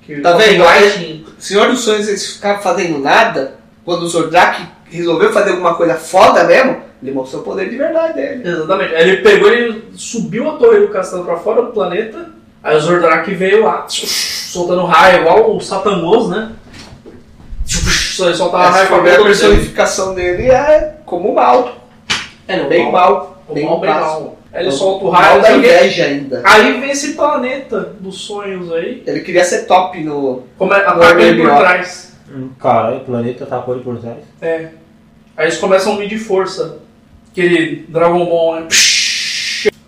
S1: Que um
S3: Tá
S1: só
S3: vendo?
S1: tem lighting.
S3: O Senhor dos Sonhos eles ficavam fazendo nada. Quando o Zordrak resolveu fazer alguma coisa foda mesmo, ele mostrou o poder de verdade dele.
S1: Exatamente. Aí ele pegou, ele subiu a torre do castelo pra fora do planeta. Aí o Zordarak veio lá, soltando raio, igual o Satangos, né? Só ele soltava
S3: Essa
S1: raio pra
S3: foi a
S1: ver dele.
S3: personificação dele é como o mal.
S1: É, não,
S3: Bem
S1: o
S3: mal.
S1: o
S3: Bem
S1: mal, bem
S3: mal.
S1: mal. Aí ele solta o raio,
S3: Então, Mal da
S1: não sei o quê.
S3: inveja ainda.
S1: Aí vem esse planeta dos sonhos aí.
S3: Ele queria ser top no.
S1: Como é, ataca ele por
S3: melhor.
S1: trás.
S5: Hum, Caralho, o planeta atacou ele por trás.
S1: É. Aí eles começam a medir força. Aquele Dragon Ball, né?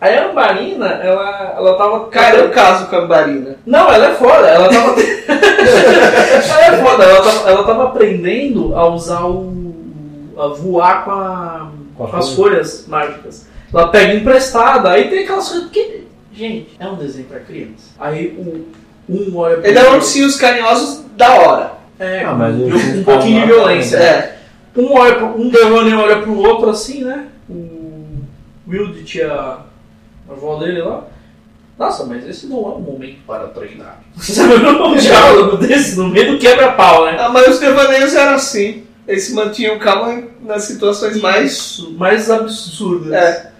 S1: Aí a Ambarina, ela, ela tava.
S3: Cara, eu caso com a Ambarina.
S1: Não, ela é foda, ela tava. ela é foda, ela tava, ela tava aprendendo a usar o. a voar com, a-
S5: Com a
S1: com as folhas mágicas. Ela pega emprestada, aí tem aquelas coisas que. Gente, é um desenho pra criança. Aí o. Um olha pro
S3: Ele é um
S1: outro.
S3: ursinhos carinhosos da hora.
S1: É,
S5: Ah, mas
S1: um,
S5: eu- né?
S1: um pouquinho de violência.
S3: É.
S1: Um olha pro, um demônio olha pro outro assim, né? O Wilde tinha a avó dele lá. Nossa, mas esse não é um momento para treinar. Sabe,
S5: É.
S1: um diálogo desse no meio do quebra-pau, né?
S3: Ah, mas os devaneios eram assim. Eles se mantinham calma nas situações mais.
S1: Isso, mais absurdas.
S3: É.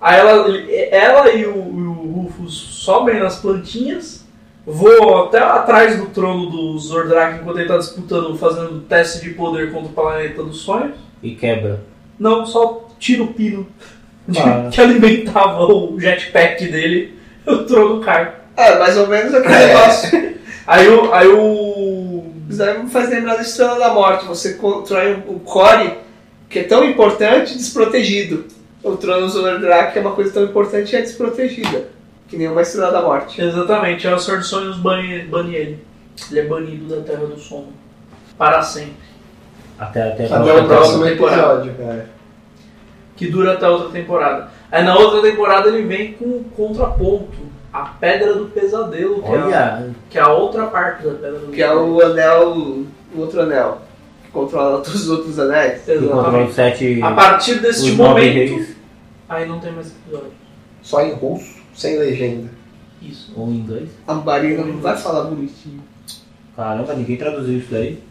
S1: Aí ela, ele- ela e o, e o Rufus sobem nas plantinhas, voam até atrás do trono do Zordrak enquanto ele tá disputando, fazendo teste de poder contra o planeta dos sonhos.
S5: E quebra.
S1: Não, só tira o pino de-
S5: Ah.
S1: que alimentava o jetpack dele. O trono cai.
S3: É, mais ou menos aquele negócio.
S1: Aí o. Aí o.
S3: Isso daí me faz lembrar da Estrela da Morte. Você constrói um core que é tão importante e desprotegido. O trono Zorodrak que é uma coisa tão importante e é desprotegida. Que nem uma Estrela da Morte.
S1: Exatamente, aí o Senhor dos Sonhos bane, bane ele. Ele é banido da Terra do Sono. Para sempre.
S5: Até, até,
S4: Até
S1: não,
S4: o
S1: não,
S4: próximo
S1: não,
S4: episódio, É. cara.
S1: Que dura até outra temporada. Aí na outra temporada ele vem com o contraponto. A Pedra do Pesadelo, que, é, a,
S5: Olha,
S1: que é a outra parte da Pedra do
S3: Que é o anel, o outro anel. Que controla todos os outros anéis.
S5: encontrou os
S1: É, Exatamente.
S5: sete.
S1: A partir deste
S5: os nove
S1: momento.
S5: reis.
S1: Aí não tem mais episódio.
S4: Só em russo, sem legenda.
S1: Isso.
S5: Ou um em inglês.
S3: A Marina não vai falar bonitinho.
S5: Caramba, ninguém traduziu isso daí.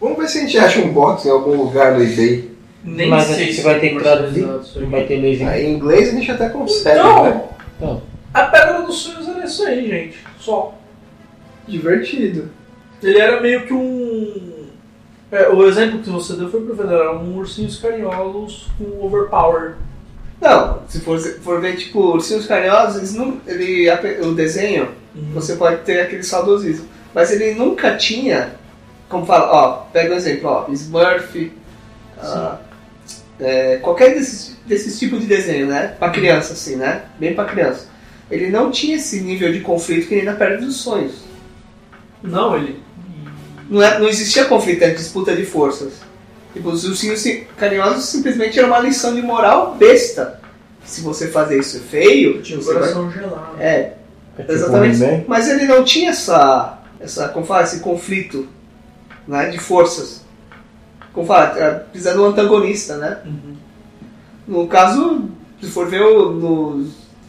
S4: Vamos ver se a gente acha um box em algum lugar no eBay.
S1: Nem
S5: Mas
S1: sei
S5: você
S1: se
S5: vai
S1: tem
S5: ter que traduzir?
S1: comercializado
S5: Não
S1: isso
S5: vai
S1: aqui.
S5: ter legenda.
S4: Aí, em inglês a gente até consegue, né?
S1: Então,
S5: Então.
S1: a Pedra dos Sonhos era isso aí, gente. Só.
S4: Divertido.
S1: Ele era meio que um. é, o exemplo que você deu foi pro Federer, era um ursinhos carinhosos com overpower.
S3: Não, se for, for ver, tipo, Ursinhos Carinhosos, eles não, ele, ape- o desenho, você pode ter aquele saudosismo. Mas ele nunca tinha, como fala, ó, pega um exemplo, ó, Smurf, ah, é, qualquer desses, desses tipos de desenho, né? Pra criança, assim, né? Bem pra criança. Ele não tinha esse nível de conflito que nem na Pedra dos Sonhos.
S1: Não, ele.
S3: Não, é- não existia conflito, era disputa de forças. Tipo, os ursinhos si- carinhosos simplesmente era uma lição de moral besta. Se você fazer isso feio,
S1: Tinha o
S3: você vai...
S1: coração gelado.
S3: É,
S6: É
S5: um
S6: tipo
S3: exatamente.
S6: He-Man.
S3: Mas ele não tinha essa, essa como fala, esse conflito né, de forças. Como fala, é, precisa de um antagonista, né?
S1: Uhum.
S3: No caso, se for ver o- nos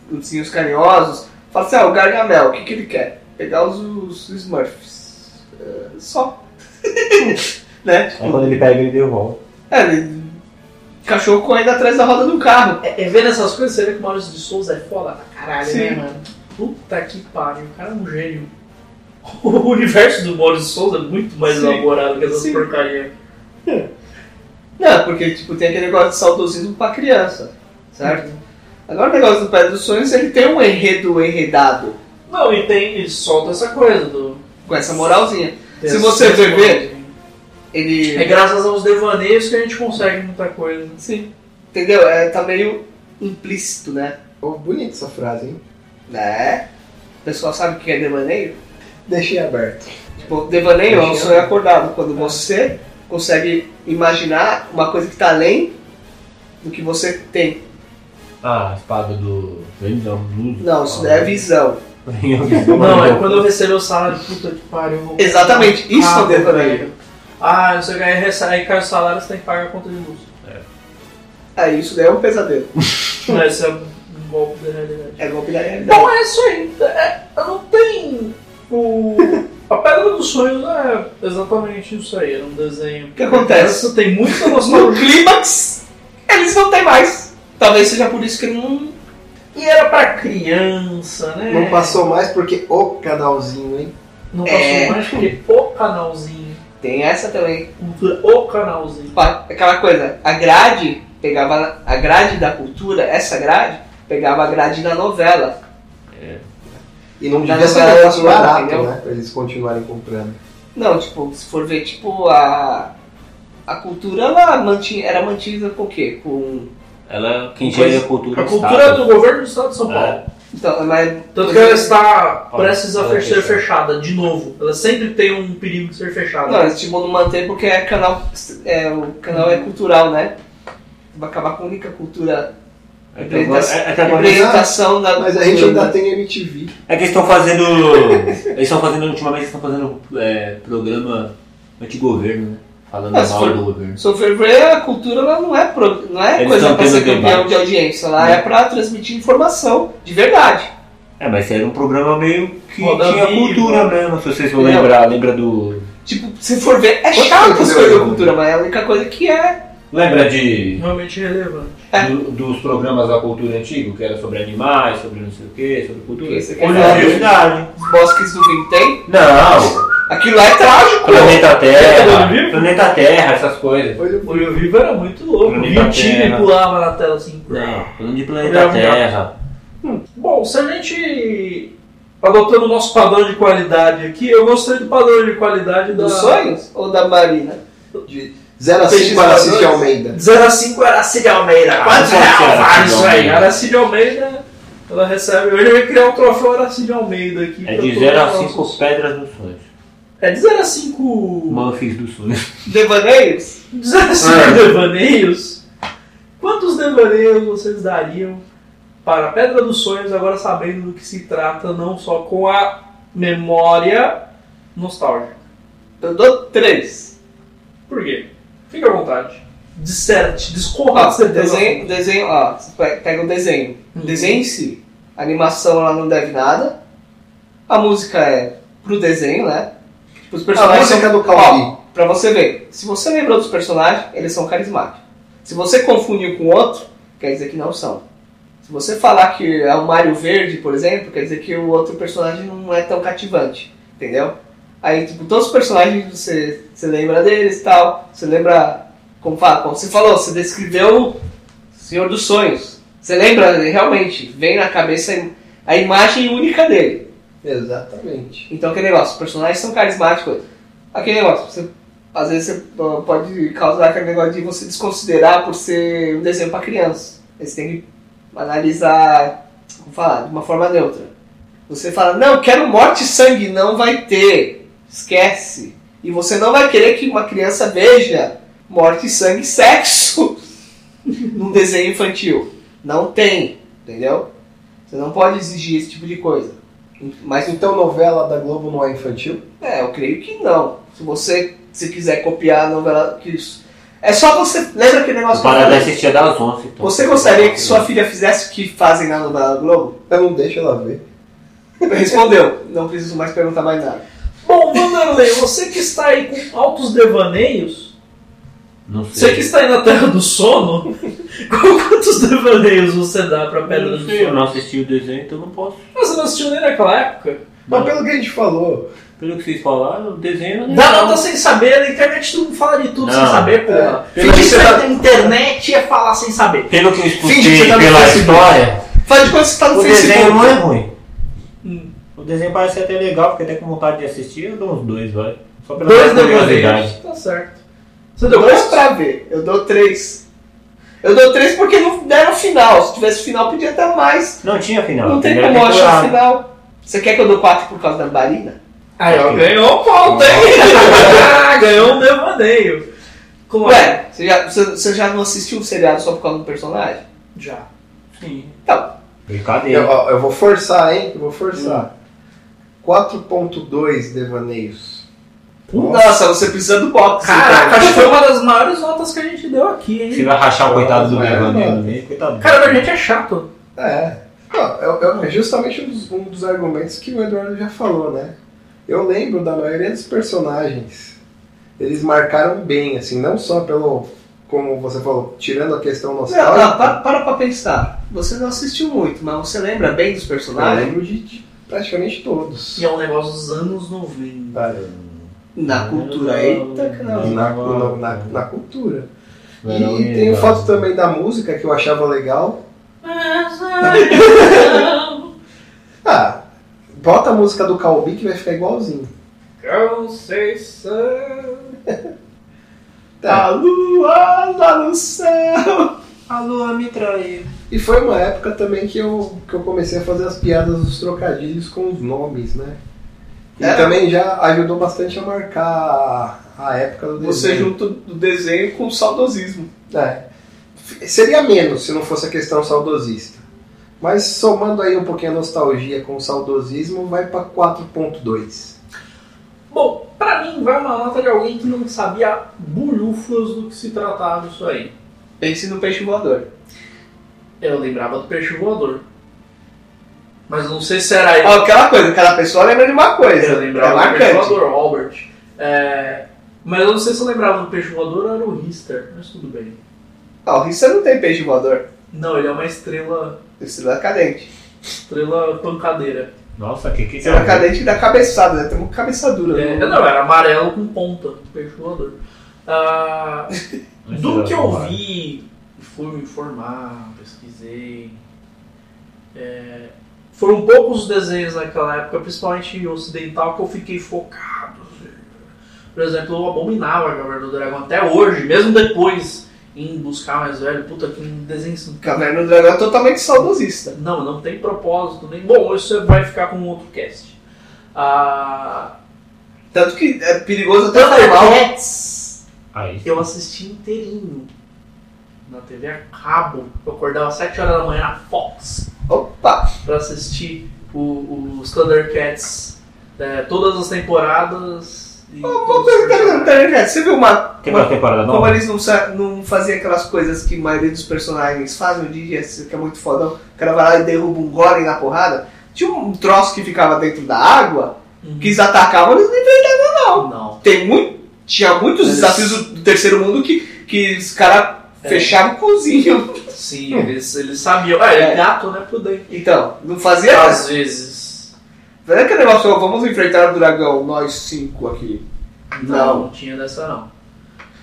S3: ursinhos carinhosos, fala assim, ah, o Gargamel, o que, que ele quer? Pegar os, os Smurfs. É, só. né?
S6: Aí quando ele pega, ele devolve.
S3: É, ele- cachorro correndo atrás da roda do carro.
S1: É, é vendo essas coisas, você vê que o Maurício de Souza é foda pra caralho,
S3: Sim.
S1: né, mano? Puta que pariu, o cara é um gênio. O universo do Maurício de Souza é muito mais
S3: Sim.
S1: elaborado que essas
S3: Sim.
S1: porcarias.
S3: Não, porque tipo, tem aquele negócio de saudosismo pra criança, certo? Agora o negócio do Pedro dos Sonhos, ele tem um enredo enredado
S1: Não, e tem. E solta essa coisa do.
S3: com essa moralzinha. Se você
S1: desse-
S3: beber- Ele.
S1: É graças aos devaneios que a gente consegue muita coisa. né?
S3: Sim. Entendeu? É, tá meio implícito, né?
S4: Ficou bonita essa frase, hein?
S3: Né? O pessoal sabe o que é devaneio?
S4: Deixei aberto.
S3: Tipo, devaneio é um sonho acordado, quando você consegue imaginar uma coisa que tá além do que você tem.
S5: Ah, a espada do. Ele não, do-
S3: Não, isso daí é visão.
S1: um Não,
S5: um-
S1: é quando eu recebo o salário, puta que pariu. eu vou-
S3: Exatamente, isso é
S1: Ah,
S3: um devaneio.
S1: velho. Ah, não sei o que, aí rece- aí cai o salário, você tem que pagar a conta de luz.
S3: É, isso daí é um pesadelo.
S1: Não, Esse é um golpe da realidade.
S3: É golpe da realidade.
S1: Bom, é isso aí. É, não tem. O... A Pedra dos Sonhos é exatamente isso aí. Era um desenho.
S3: O que acontece?
S1: Essa tem muita
S3: No
S1: nostalgia.
S3: clímax, eles não têm mais. Talvez seja por isso que não.
S1: e era pra criança, né?
S4: Não passou mais porque o canalzinho, hein?
S1: Não passou
S3: É.
S1: mais porque o canalzinho.
S3: Tem essa também.
S1: Cultura, o canalzinho.
S3: Pa- Aquela coisa, a grade pegava. A grade da cultura, essa grade, pegava a grade da novela.
S4: E não
S3: Já
S4: devia
S3: não
S4: ser um
S3: vai
S4: negócio
S3: continuar,
S4: barato,
S3: entendeu?
S4: né? Pra eles continuarem comprando.
S3: Não, tipo, se for ver, tipo, a. A cultura ela mantinha, era mantida com o quê? Com.
S5: Ela que engenha a cultura
S1: A
S5: do
S1: cultura
S5: Estado.
S1: do governo do estado de São Paulo.
S3: Então, ela é-
S1: Tanto que ela está
S5: Olha,
S1: prestes a
S5: olha
S1: fe- ser
S5: isso.
S1: fechada de novo. Ela sempre tem um perigo de ser fechada.
S3: Não, eles tipo, não mantém porque é canal. É, o canal é cultural, né? Vai acabar com a única cultura.
S5: É que agora- é que agora-
S3: representação da
S4: Mas a gente ainda tem MTV.
S5: É que eles estão fazendo. Eles estão fazendo, ultimamente, eles estão fazendo é, programa anti-governo, né? Falando
S3: Mas
S5: mal
S3: foi-
S5: do governo.
S3: Sofrer a cultura ela não é, pro- não é
S5: Eles
S3: coisa
S5: não
S3: pra
S5: têm Uhum.
S3: ser
S5: no
S3: campeão
S5: debate.
S3: de audiência, ela é. pra transmitir informação de verdade.
S5: É, mas era um programa meio que
S1: Roda
S5: tinha
S1: Viva.
S5: cultura mesmo, se vocês vão
S3: Não.
S5: lembrar. Lembra do.
S3: Tipo, se for ver, é
S4: Quanto
S3: chato
S4: tempo
S3: as
S4: deu
S3: coisas
S4: aí,
S3: da cultura, mas é a única coisa que é.
S5: Lembra de.
S1: Realmente relevante.
S3: É.
S5: do- dos programas da cultura antiga, que era sobre animais, sobre não sei o que, sobre cultura.
S3: Isso aqui é
S5: Olha a
S3: verdade.
S5: verdade.
S3: Os bosques do Vintém,
S5: Não,
S3: aquilo lá é trágico.
S1: Planeta
S5: Planeta Terra,
S1: Vivo?
S5: Planeta Terra, essas coisas.
S1: O Olho Vivo era muito louco. E
S5: Planeta
S1: o time
S5: Terra.
S1: pulava na tela assim.
S5: Não, falando de Planeta Terra.
S1: Bom, se a gente. Adotando o nosso padrão de qualidade aqui, eu gostei do padrão de qualidade da.
S3: Dos sonhos? Ou da Marina?
S4: De 0 a
S3: Peixes
S4: 5 para assistir
S3: voadores.
S4: Almeida.
S1: 0 a 5 era Cid Almeida. Quantos
S5: quanto Ah, que
S1: reais
S5: era
S1: vale
S5: Cid
S1: isso aí?
S5: Almeida?
S1: Era Cid Almeida. Ela recebe. Hoje vai criar um troféu Aracide Almeida aqui.
S5: É
S1: pra
S5: de
S1: todos
S5: 0 a
S1: os
S5: 5
S1: nossos-
S5: pedras dos sonhos.
S1: É de 0 a 5.
S5: Muffins dos sonhos.
S3: Devaneios?
S1: 16
S5: É.
S1: devaneios? Quantos devaneios vocês dariam para a Pedra dos Sonhos, agora sabendo do que se trata, não só com a memória nostálgica?
S3: Eu dou três.
S1: Por quê? Fique à vontade. Disserte, descorra.
S5: Ah,
S3: Ó,
S1: você Uhum.
S3: desenho, desenho, ó, você pe- pega o desenho. O
S1: Hum.
S3: desenho em si, a animação ela não deve nada. A música é pro desenho, né? Tipo, Os
S4: A
S3: personagens são
S4: música do
S3: Ó,
S4: Calvi.
S3: pra você ver, se você lembrou dos personagens, eles são carismáticos. Se você confundir com outro, quer dizer que não são. Se você falar que é o Mário Verde, por exemplo, quer dizer que o outro personagem não é tão cativante, entendeu? Aí, tipo, todos os personagens você, você lembra deles e tal, você lembra, como, fala, como você falou, você descreveu o Senhor dos Sonhos. Você lembra, realmente, vem na cabeça a imagem única dele.
S4: Exatamente.
S3: Então aquele negócio, os personagens são carismáticos. Aquele negócio, você- às vezes você ah, pode causar aquele negócio de você desconsiderar por ser um desenho para criança. Aí Você tem que analisar, como falar, de uma forma neutra. Você fala, não, quero morte e sangue, não vai ter. Esquece. E você não vai querer que uma criança veja morte, sangue e sexo num desenho infantil. Não tem, entendeu? Você não pode exigir esse tipo de coisa. Mas
S4: Mas então novela da Globo não é infantil?
S3: é, eu creio que não. Se você se quiser copiar a novela que isso. É só você. Lembra aquele negócio
S5: O
S3: que eu falei?
S5: Paradise assistia das 11. Então.
S3: Você gostaria que sua filha fizesse o que fazem na novela da Globo?
S4: Eu não deixo ela ver.
S3: Respondeu. Não preciso mais perguntar mais nada.
S1: Bom, Vanderlei, você que está aí com altos devaneios,
S5: Não
S1: você
S5: sei.
S1: que está aí na Terra do Sono, com quantos devaneios você dá pra
S5: Eu
S1: Pedra
S5: não
S1: do
S5: sei, eu
S1: Sono?
S5: não assisti o desenho, então eu não posso.
S1: Mas você não assistiu nem naquela época.
S4: Mas
S5: Não.
S4: pelo que a gente falou,
S5: Pelo que vocês falaram, o desenho eu não
S1: Dá nota sem saber, na internet tu não fala de tudo
S5: Não.
S1: sem saber, porra.
S5: É.
S1: Finge que tá-
S5: Você
S1: na internet é falar sem saber.
S5: Pelo que eu
S3: Finge que
S5: escutei
S3: você tá no
S5: pela
S3: Facebook.
S5: história,
S3: Faz de conta que você tá no
S5: o
S3: Facebook.
S5: desenho não é ruim.
S1: Hum.
S5: O desenho parece até legal, fiquei até com vontade de assistir, eu dou uns dois, vai. Só pela
S1: Dois
S5: curiosidade.
S1: devaneios. Tá certo. Você deu
S3: Eu dou
S1: quantos?
S3: pra ver. Eu dou três. Eu dou três porque não deram final. Se tivesse final, podia dar mais.
S5: Não tinha final.
S3: Não tem
S5: primeira
S3: como eu achar
S5: temporada.
S3: final. Você quer que eu dou quatro por causa da Barina?
S1: Aí, ó, ganhou um ponto, hein? Ah, ganhou um devaneio. Como é?
S3: Ué, você já, você- você já não assistiu o seriado só por causa do personagem?
S1: Já. Sim.
S4: eu,
S5: Brincadeira.
S4: ó, eu vou forçar, hein? Eu vou forçar. 4.2 devaneios.
S3: Nossa, você precisa do box. então.
S1: Caraca, acho que foi uma das maiores notas que a gente deu aqui, hein?
S5: Você vai rachar o coitado do
S4: Não,
S5: Devaneio
S4: não.
S5: no meio, coitado.
S1: Cara, pra gente é chato.
S4: É. Não, eu- eu- é justamente um dos, um dos argumentos que o Eduardo já falou, né? Eu lembro da maioria dos personagens. Eles marcaram bem, assim, não só pelo. Como você falou, tirando a questão
S3: Não,
S4: nostálgica.
S3: não, para, para pra pensar. Você não assistiu muito, mas você lembra bem dos
S4: eu
S1: É.
S3: personagens?
S4: lembro de, de praticamente todos.
S1: E é um negócio dos anos 90.
S4: Cara,
S3: Na
S1: É,
S3: cultura. Eita, que não.
S4: na, na- na- na cultura.
S5: um
S4: E tem o fato também da música que eu achava legal. Ah, bota a música do Calbi que vai ficar igualzinho.
S1: Conceição.
S4: Tá.
S1: Ah.
S3: A lua lá no céu.
S5: A lua me traiu.
S4: E foi uma época também que eu, que eu comecei a fazer as piadas dos trocadilhos com os nomes, né? E
S3: É.
S4: também já ajudou bastante a marcar a, a época do
S3: Você
S4: desenho.
S3: junta o desenho com o saudosismo.
S4: É. F- Seria menos se não fosse a questão saudosista. Mas somando aí um pouquinho a nostalgia com o saudosismo, vai pra 4.2.
S1: Bom, pra mim vai uma nota de alguém que não sabia bolhufas do que se tratava isso aí.
S3: Pense no peixe voador.
S1: Eu lembrava do peixe voador. Mas não sei se era ele.
S3: Ó, Aquela coisa, cada pessoa lembra de uma coisa.
S1: É. Eu
S3: É
S1: lembrava do peixe
S3: marcante.
S1: voador, Albert. É, Mas eu não sei se eu lembrava do peixe voador ou era o Rister, mas tudo bem.
S3: Ah, o Rissa não tem peixe voador. é
S1: Não, ele é uma estrela.
S3: Estrela cadente.
S1: estrela pancadeira.
S5: Nossa, que que
S3: Estrela cadente dá é cabeçada, né? Tem uma cabeçadura.
S1: Então, É,
S3: né?
S1: não, era amarelo com ponta, peixe voador. Ah, Do que eu vi, fui me informar, pesquisei. é, foram poucos os desenhos naquela época, principalmente ocidental, que eu fiquei focado. Por exemplo, eu abominava a Caverna do Dragão até hoje, mesmo depois, em buscar mais velho. Puta, que um desenho isso
S3: Caverna do Dragão é totalmente saudosista.
S1: não, não tem propósito nem. Bom, isso vai ficar com um outro cast. Ah,
S3: Tanto que é perigoso até falar mal.
S1: Thundercats.
S5: Aí.
S1: Eu assisti inteirinho. Na TV a cabo. Eu acordava às 7 horas da manhã na Fox
S3: Opa!
S1: pra assistir o- os Thundercats. é, todas as temporadas. E
S3: Uma coisa que tá
S1: todos os-
S3: na internet, você viu uma
S5: Tem uma temporada
S3: Como
S5: nova?
S3: eles não, sa- não faziam aquelas coisas que a maioria dos personagens fazem hoje em dia, esse que é muito fodão, o cara vai lá e derruba um golem na porrada. Tinha um troço que ficava dentro da água,
S1: Uhum.
S3: que eles atacavam, eles não inventavam.
S1: Não.
S3: Tem muito, tinha muitos
S1: Eles- É.
S3: desafios do- do terceiro mundo que, que os caras Fechava o cozinho.
S1: Sim, eles, eles sabiam. Ah, ele é
S3: É.
S1: gato, né? Poder.
S3: Então, não fazia nada.
S1: Às vezes.
S3: Não é aquele negócio, ó, vamos enfrentar o dragão, nós cinco aqui.
S1: Não, não tinha dessa não.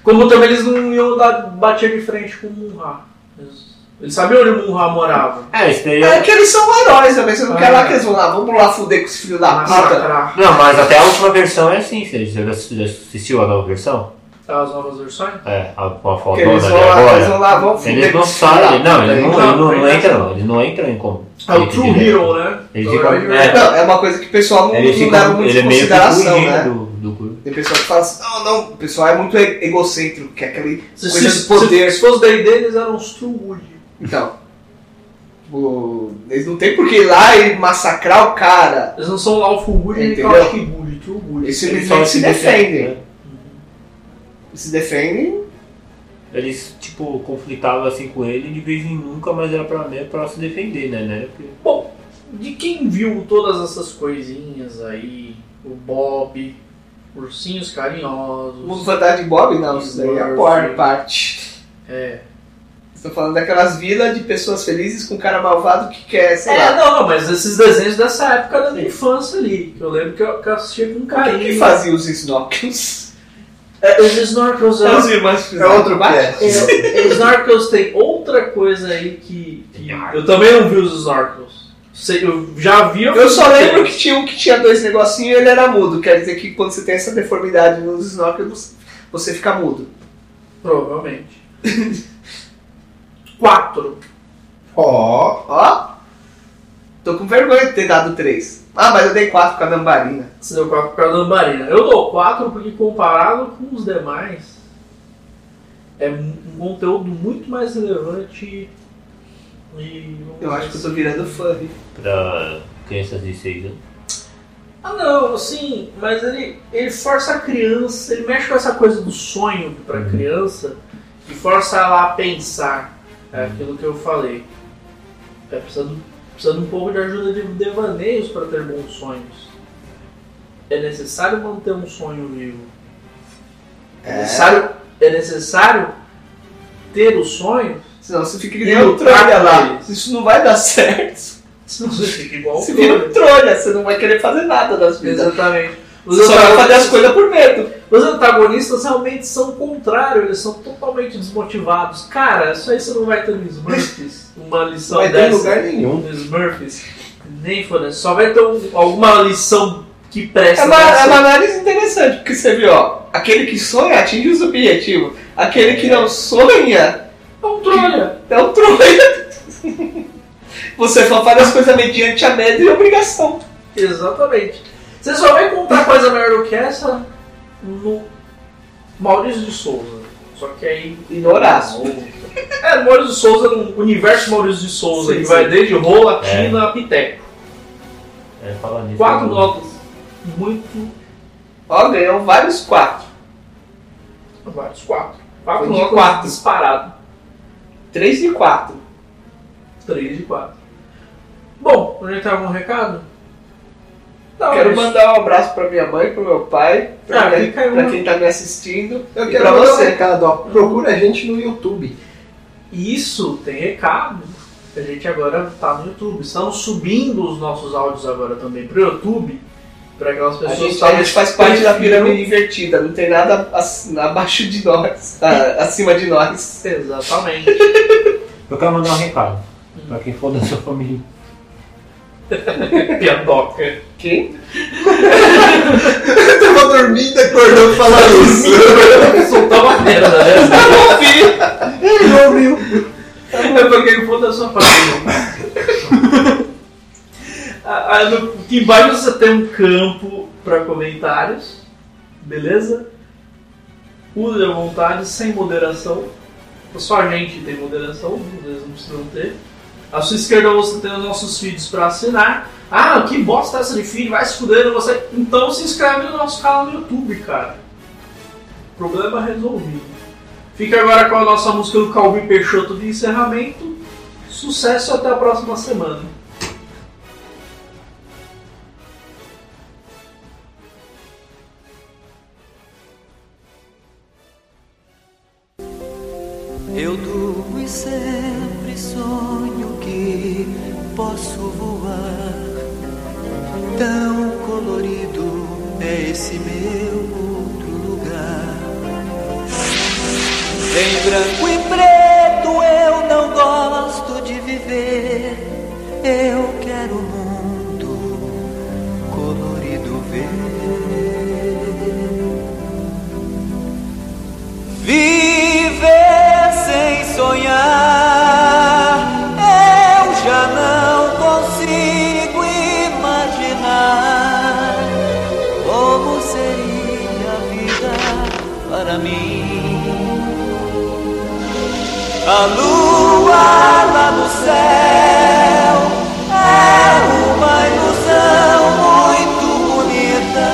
S1: Como também eles não iam dar, bater de frente com o Munra. Eles, eles sabiam onde o Munra morava.
S5: É, isso daí.
S3: É que eles são heróis também, você não
S1: Ah.
S3: quer lá que eles vão lá, vamos lá fuder com esse filho da puta.
S1: Massacrar
S5: Não, mas até a última versão é assim. Você já já assistiu a nova versão?
S1: as novas versões.
S5: É, a, com a
S3: Que
S5: fodona
S3: eles
S5: de
S3: vão lá, eles
S5: agora.
S3: vão né? lá, vamos fuder
S5: Eles
S3: com
S5: não né?
S3: esse filho da
S5: saem, não, eles
S3: puta.
S5: não,
S1: Não,
S5: eles não
S3: Então,
S1: não.
S5: entram, eles não entram em como.
S1: É o True Hero, né?
S5: Eles
S1: O
S5: ficam-
S1: herói
S5: é.
S1: herói.
S3: Não, é uma coisa que o pessoal não,
S5: Ele
S3: não leva
S5: fica,
S3: muito
S5: ele é
S3: em
S5: meio que
S3: consideração,
S5: fugindo
S3: né?
S5: do, do grupo.
S3: Tem pessoal que fala assim, não, não, o pessoal é muito e- egocêntrico, quer aquele
S1: Se,
S3: coisa
S1: se,
S3: de poder.
S1: se, se fosse daí deles, eram os True Wood.
S3: Então, tipo, eles não tem por que ir lá e massacrar o cara.
S1: Eles não são lá o Full Wood nem
S3: Entendeu?
S1: Kawashiki Wood, True Wood.
S3: Eles
S5: Eles
S3: simplesmente se
S5: só
S3: defendem.
S5: né?
S3: Se defendem,
S5: Eles, tipo, conflitavam assim com ele de vez em nunca, mas era pra, né, pra se defender, né? né? Porque
S1: Bom, de quem viu todas essas coisinhas aí, o Bob, ursinhos
S3: o mundo
S1: carinhosos,
S3: fantasma de Bob, não, isso daí é a pior parte.
S1: é...
S3: Estou falando daquelas vilas de pessoas felizes com um cara malvado que quer, sei
S1: É,
S3: lá.
S1: não, não, mas esses desenhos dessa época da minha infância ali, que eu lembro que eu, que eu assistia com
S3: O que,
S1: carinho.
S3: que fazia os Snorkels?
S1: É, os Snorkels eram-
S3: As irmãs
S4: É
S3: fizeram.
S4: outro
S3: Batman?
S4: cast.
S1: é, os Snorkels tem outra coisa aí que, que eu também não vi os Snorkels. Sei, eu já vi...
S3: Eu só lembro que tinha um que tinha dois negocinhos e ele era mudo. Quer dizer que quando você tem essa deformidade nos Snorkels, você- você fica mudo.
S1: Provavelmente. Quatro.
S4: Ó,
S3: Ó, tô com vergonha de ter dado três. Ah, mas eu dei quatro com a Dambarina.
S1: Você deu 4 por causa da Lambarina. Eu dou 4 porque comparado com os demais, é um um conteúdo muito mais relevante e... vamos
S3: Eu acho que eu
S1: dizer
S3: tô virando fã, viu?
S5: pra crianças de 6 anos.
S1: Ah não, sim, mas ele, ele força a criança, ele mexe com essa coisa do sonho pra criança e força ela a pensar. É aquilo que eu falei. É precisando, precisando um pouco de ajuda de devaneios para ter bons sonhos. É necessário manter um sonho vivo. É, necessário, é necessário ter os sonhos,
S3: Senão você fica que
S1: E
S3: nem um
S1: o trato
S3: trolha lá.
S1: deles?
S3: Isso não vai dar certo.
S1: senão você fica igual
S3: Você
S1: o
S3: vira um
S1: Flores.
S3: trolha, você não vai querer fazer nada das vidas.
S1: Exatamente. Os
S3: Você só vai fazer as
S1: antagonistas-
S3: coisas por medo.
S1: Os antagonistas realmente são o contrário, eles são totalmente desmotivados. Cara, isso aí você não vai ter no Smurfs uma lição
S4: vai ter em
S1: dessa.
S4: lugar nenhum.
S1: No Smurfs, nem foda só vai ter um- alguma lição que presta.
S3: É uma, é
S1: dessa.
S3: uma análise interessante, porque você viu, ó. Aquele que sonha atinge os objetivos. Aquele que não sonha
S1: É um trolha.
S3: é um trolha. Você só faz as coisas mediante a medo e obrigação.
S1: Exatamente. Você só vai encontrar coisa melhor do que essa no Maurício de Souza. Só que aí.
S3: E no Horácio.
S1: É, Maurício de Souza, no universo Maurício de Souza,
S3: Sim,
S1: que
S3: sim.
S1: vai desde Rola, Tina, a Piteco.
S5: É, falar nisso.
S1: Quatro
S5: eu-
S1: notas. Muito.
S3: Ó, ganhou vários quatro.
S1: Vários quatro. Quatro
S3: Foi de
S1: notas
S3: quatro.
S1: disparado.
S3: Três de quatro.
S1: 3 de 4. Bom, onde tá algum recado? Não,
S3: Quero
S1: Ah, mas-
S3: mandar um abraço pra minha mãe, pro meu pai, pra,
S1: Ah,
S3: quem,
S1: fica aí
S3: pra
S1: uma-
S3: quem tá me assistindo.
S4: Eu
S3: E
S4: quero
S3: pra
S4: mandar um
S3: você?
S4: recado, ó. Procura a gente no YouTube.
S1: Isso, tem recado. A gente agora tá no YouTube. Estamos subindo os nossos áudios agora também pro YouTube. Pra aquelas
S3: A
S1: pessoas assim.
S3: gente, é a
S1: talvez
S3: gente faz parte da
S1: prefiram-
S3: pirâmide invertida, não tem nada ac- abaixo de nós, a- acima de nós.
S1: Exatamente.
S5: Eu quero mandar um recado pra quem for da sua família.
S1: Piadoca.
S3: Quem?
S4: Eu tava dormindo, acordou falando isso.
S1: Soltar uma merda dessa.
S3: Não vi!
S4: Ele não ouviu.
S1: É pra quem for da sua família. Ah, ah, no- Aqui embaixo você tem um campo pra comentários. Beleza? Use à vontade, sem moderação. Só a gente tem moderação, vocês não precisam ter. À sua esquerda você tem os nossos feeds pra assinar. Ah, que bosta essa de feed, vai se fuder você. Então se inscreve no nosso canal no YouTube, cara. Problema resolvido. Fica agora com a nossa música do Calvin Peixoto de encerramento. Sucesso até a próxima semana.
S10: Eu durmo e sempre sonho que posso voar. Tão colorido é esse meu outro lugar. Em branco e preto eu não gosto de viver. Eu quero o mundo colorido ver. Viver sem sonhar, eu já não consigo imaginar como seria a vida para mim. A lua lá no céu é uma ilusão muito bonita.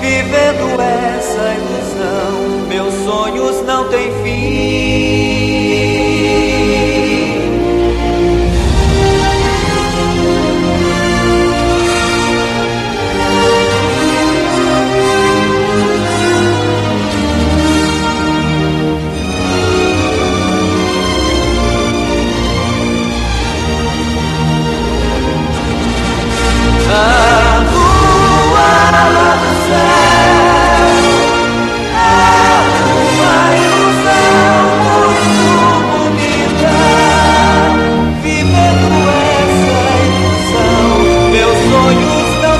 S10: Vivendo essa ilusão, meus sonhos não têm fim. A lua lá no céu é uma ilusão muito bonita. Vivendo essa ilusão, meus sonhos não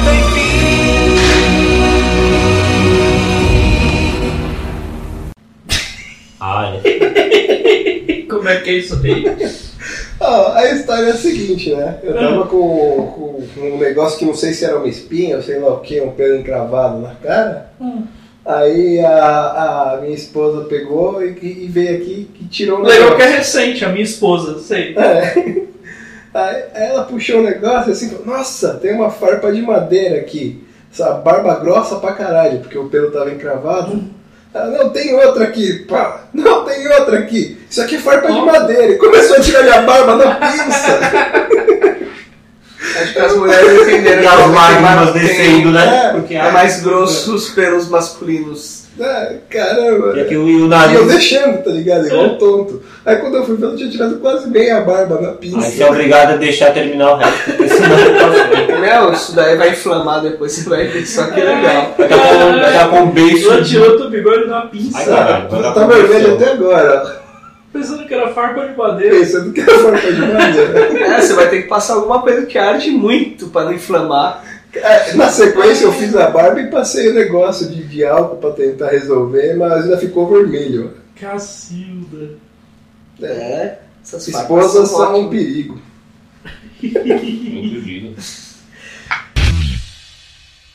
S10: têm fim.
S5: Ah,
S1: Como é que é isso aí?
S4: Ah, a história é a seguinte, né? Eu tava com, com um negócio que não sei se era uma espinha, ou sei lá o que, um pelo encravado na cara. Aí a, a minha esposa pegou e, e veio aqui e tirou o negócio.
S1: Legal que é recente, a minha esposa, sei.
S4: É. Aí ela puxou um negócio assim, falou, nossa, tem uma farpa de madeira aqui. Essa barba grossa pra caralho, porque o pelo tava encravado. Ela, não, tem outra aqui, pá. Não, tem outra aqui. Isso aqui é farpa de madeira. E começou a tirar minha barba na pinça.
S3: Acho que as mulheres entenderam
S6: E as
S3: que tem
S6: lágrimas
S3: mais- tem-
S6: descendo, né?
S4: É,
S6: Porque
S1: Ah.
S3: É mais grosso os pelos masculinos.
S4: é, caramba.
S6: E aqui É. o, e o
S4: E eu
S6: nariz.
S4: deixando, tá ligado? Igual um tonto. Aí quando eu fui ver, eu tinha tirado quase meia barba na
S6: Aí você
S4: pinça.
S6: é obrigado a deixar terminar o resto. porque senão não consegue.
S3: Não, isso daí vai inflamar depois, você vai ver só que é
S1: Ah.
S3: legal.
S6: Vai dar com- vai dar com um beijo.
S1: Ela tirou teu bigode na pinça.
S6: Ai, caralho, vai dar
S4: tá
S6: com
S4: vermelho
S6: beijo.
S4: até agora. É
S1: Pensando que era farpa de madeira.
S4: Pensando que era farpa de madeira.
S3: É, você vai ter que passar alguma coisa que arde muito pra não inflamar.
S4: É, Na sequência, eu fiz a barba e passei o negócio de, de álcool pra tentar resolver, mas ainda ficou vermelho.
S1: Cacilda.
S4: É.
S3: É, Essas farpas é
S4: Esposas são um
S3: ótimas.
S4: perigo.
S5: Muito lindo.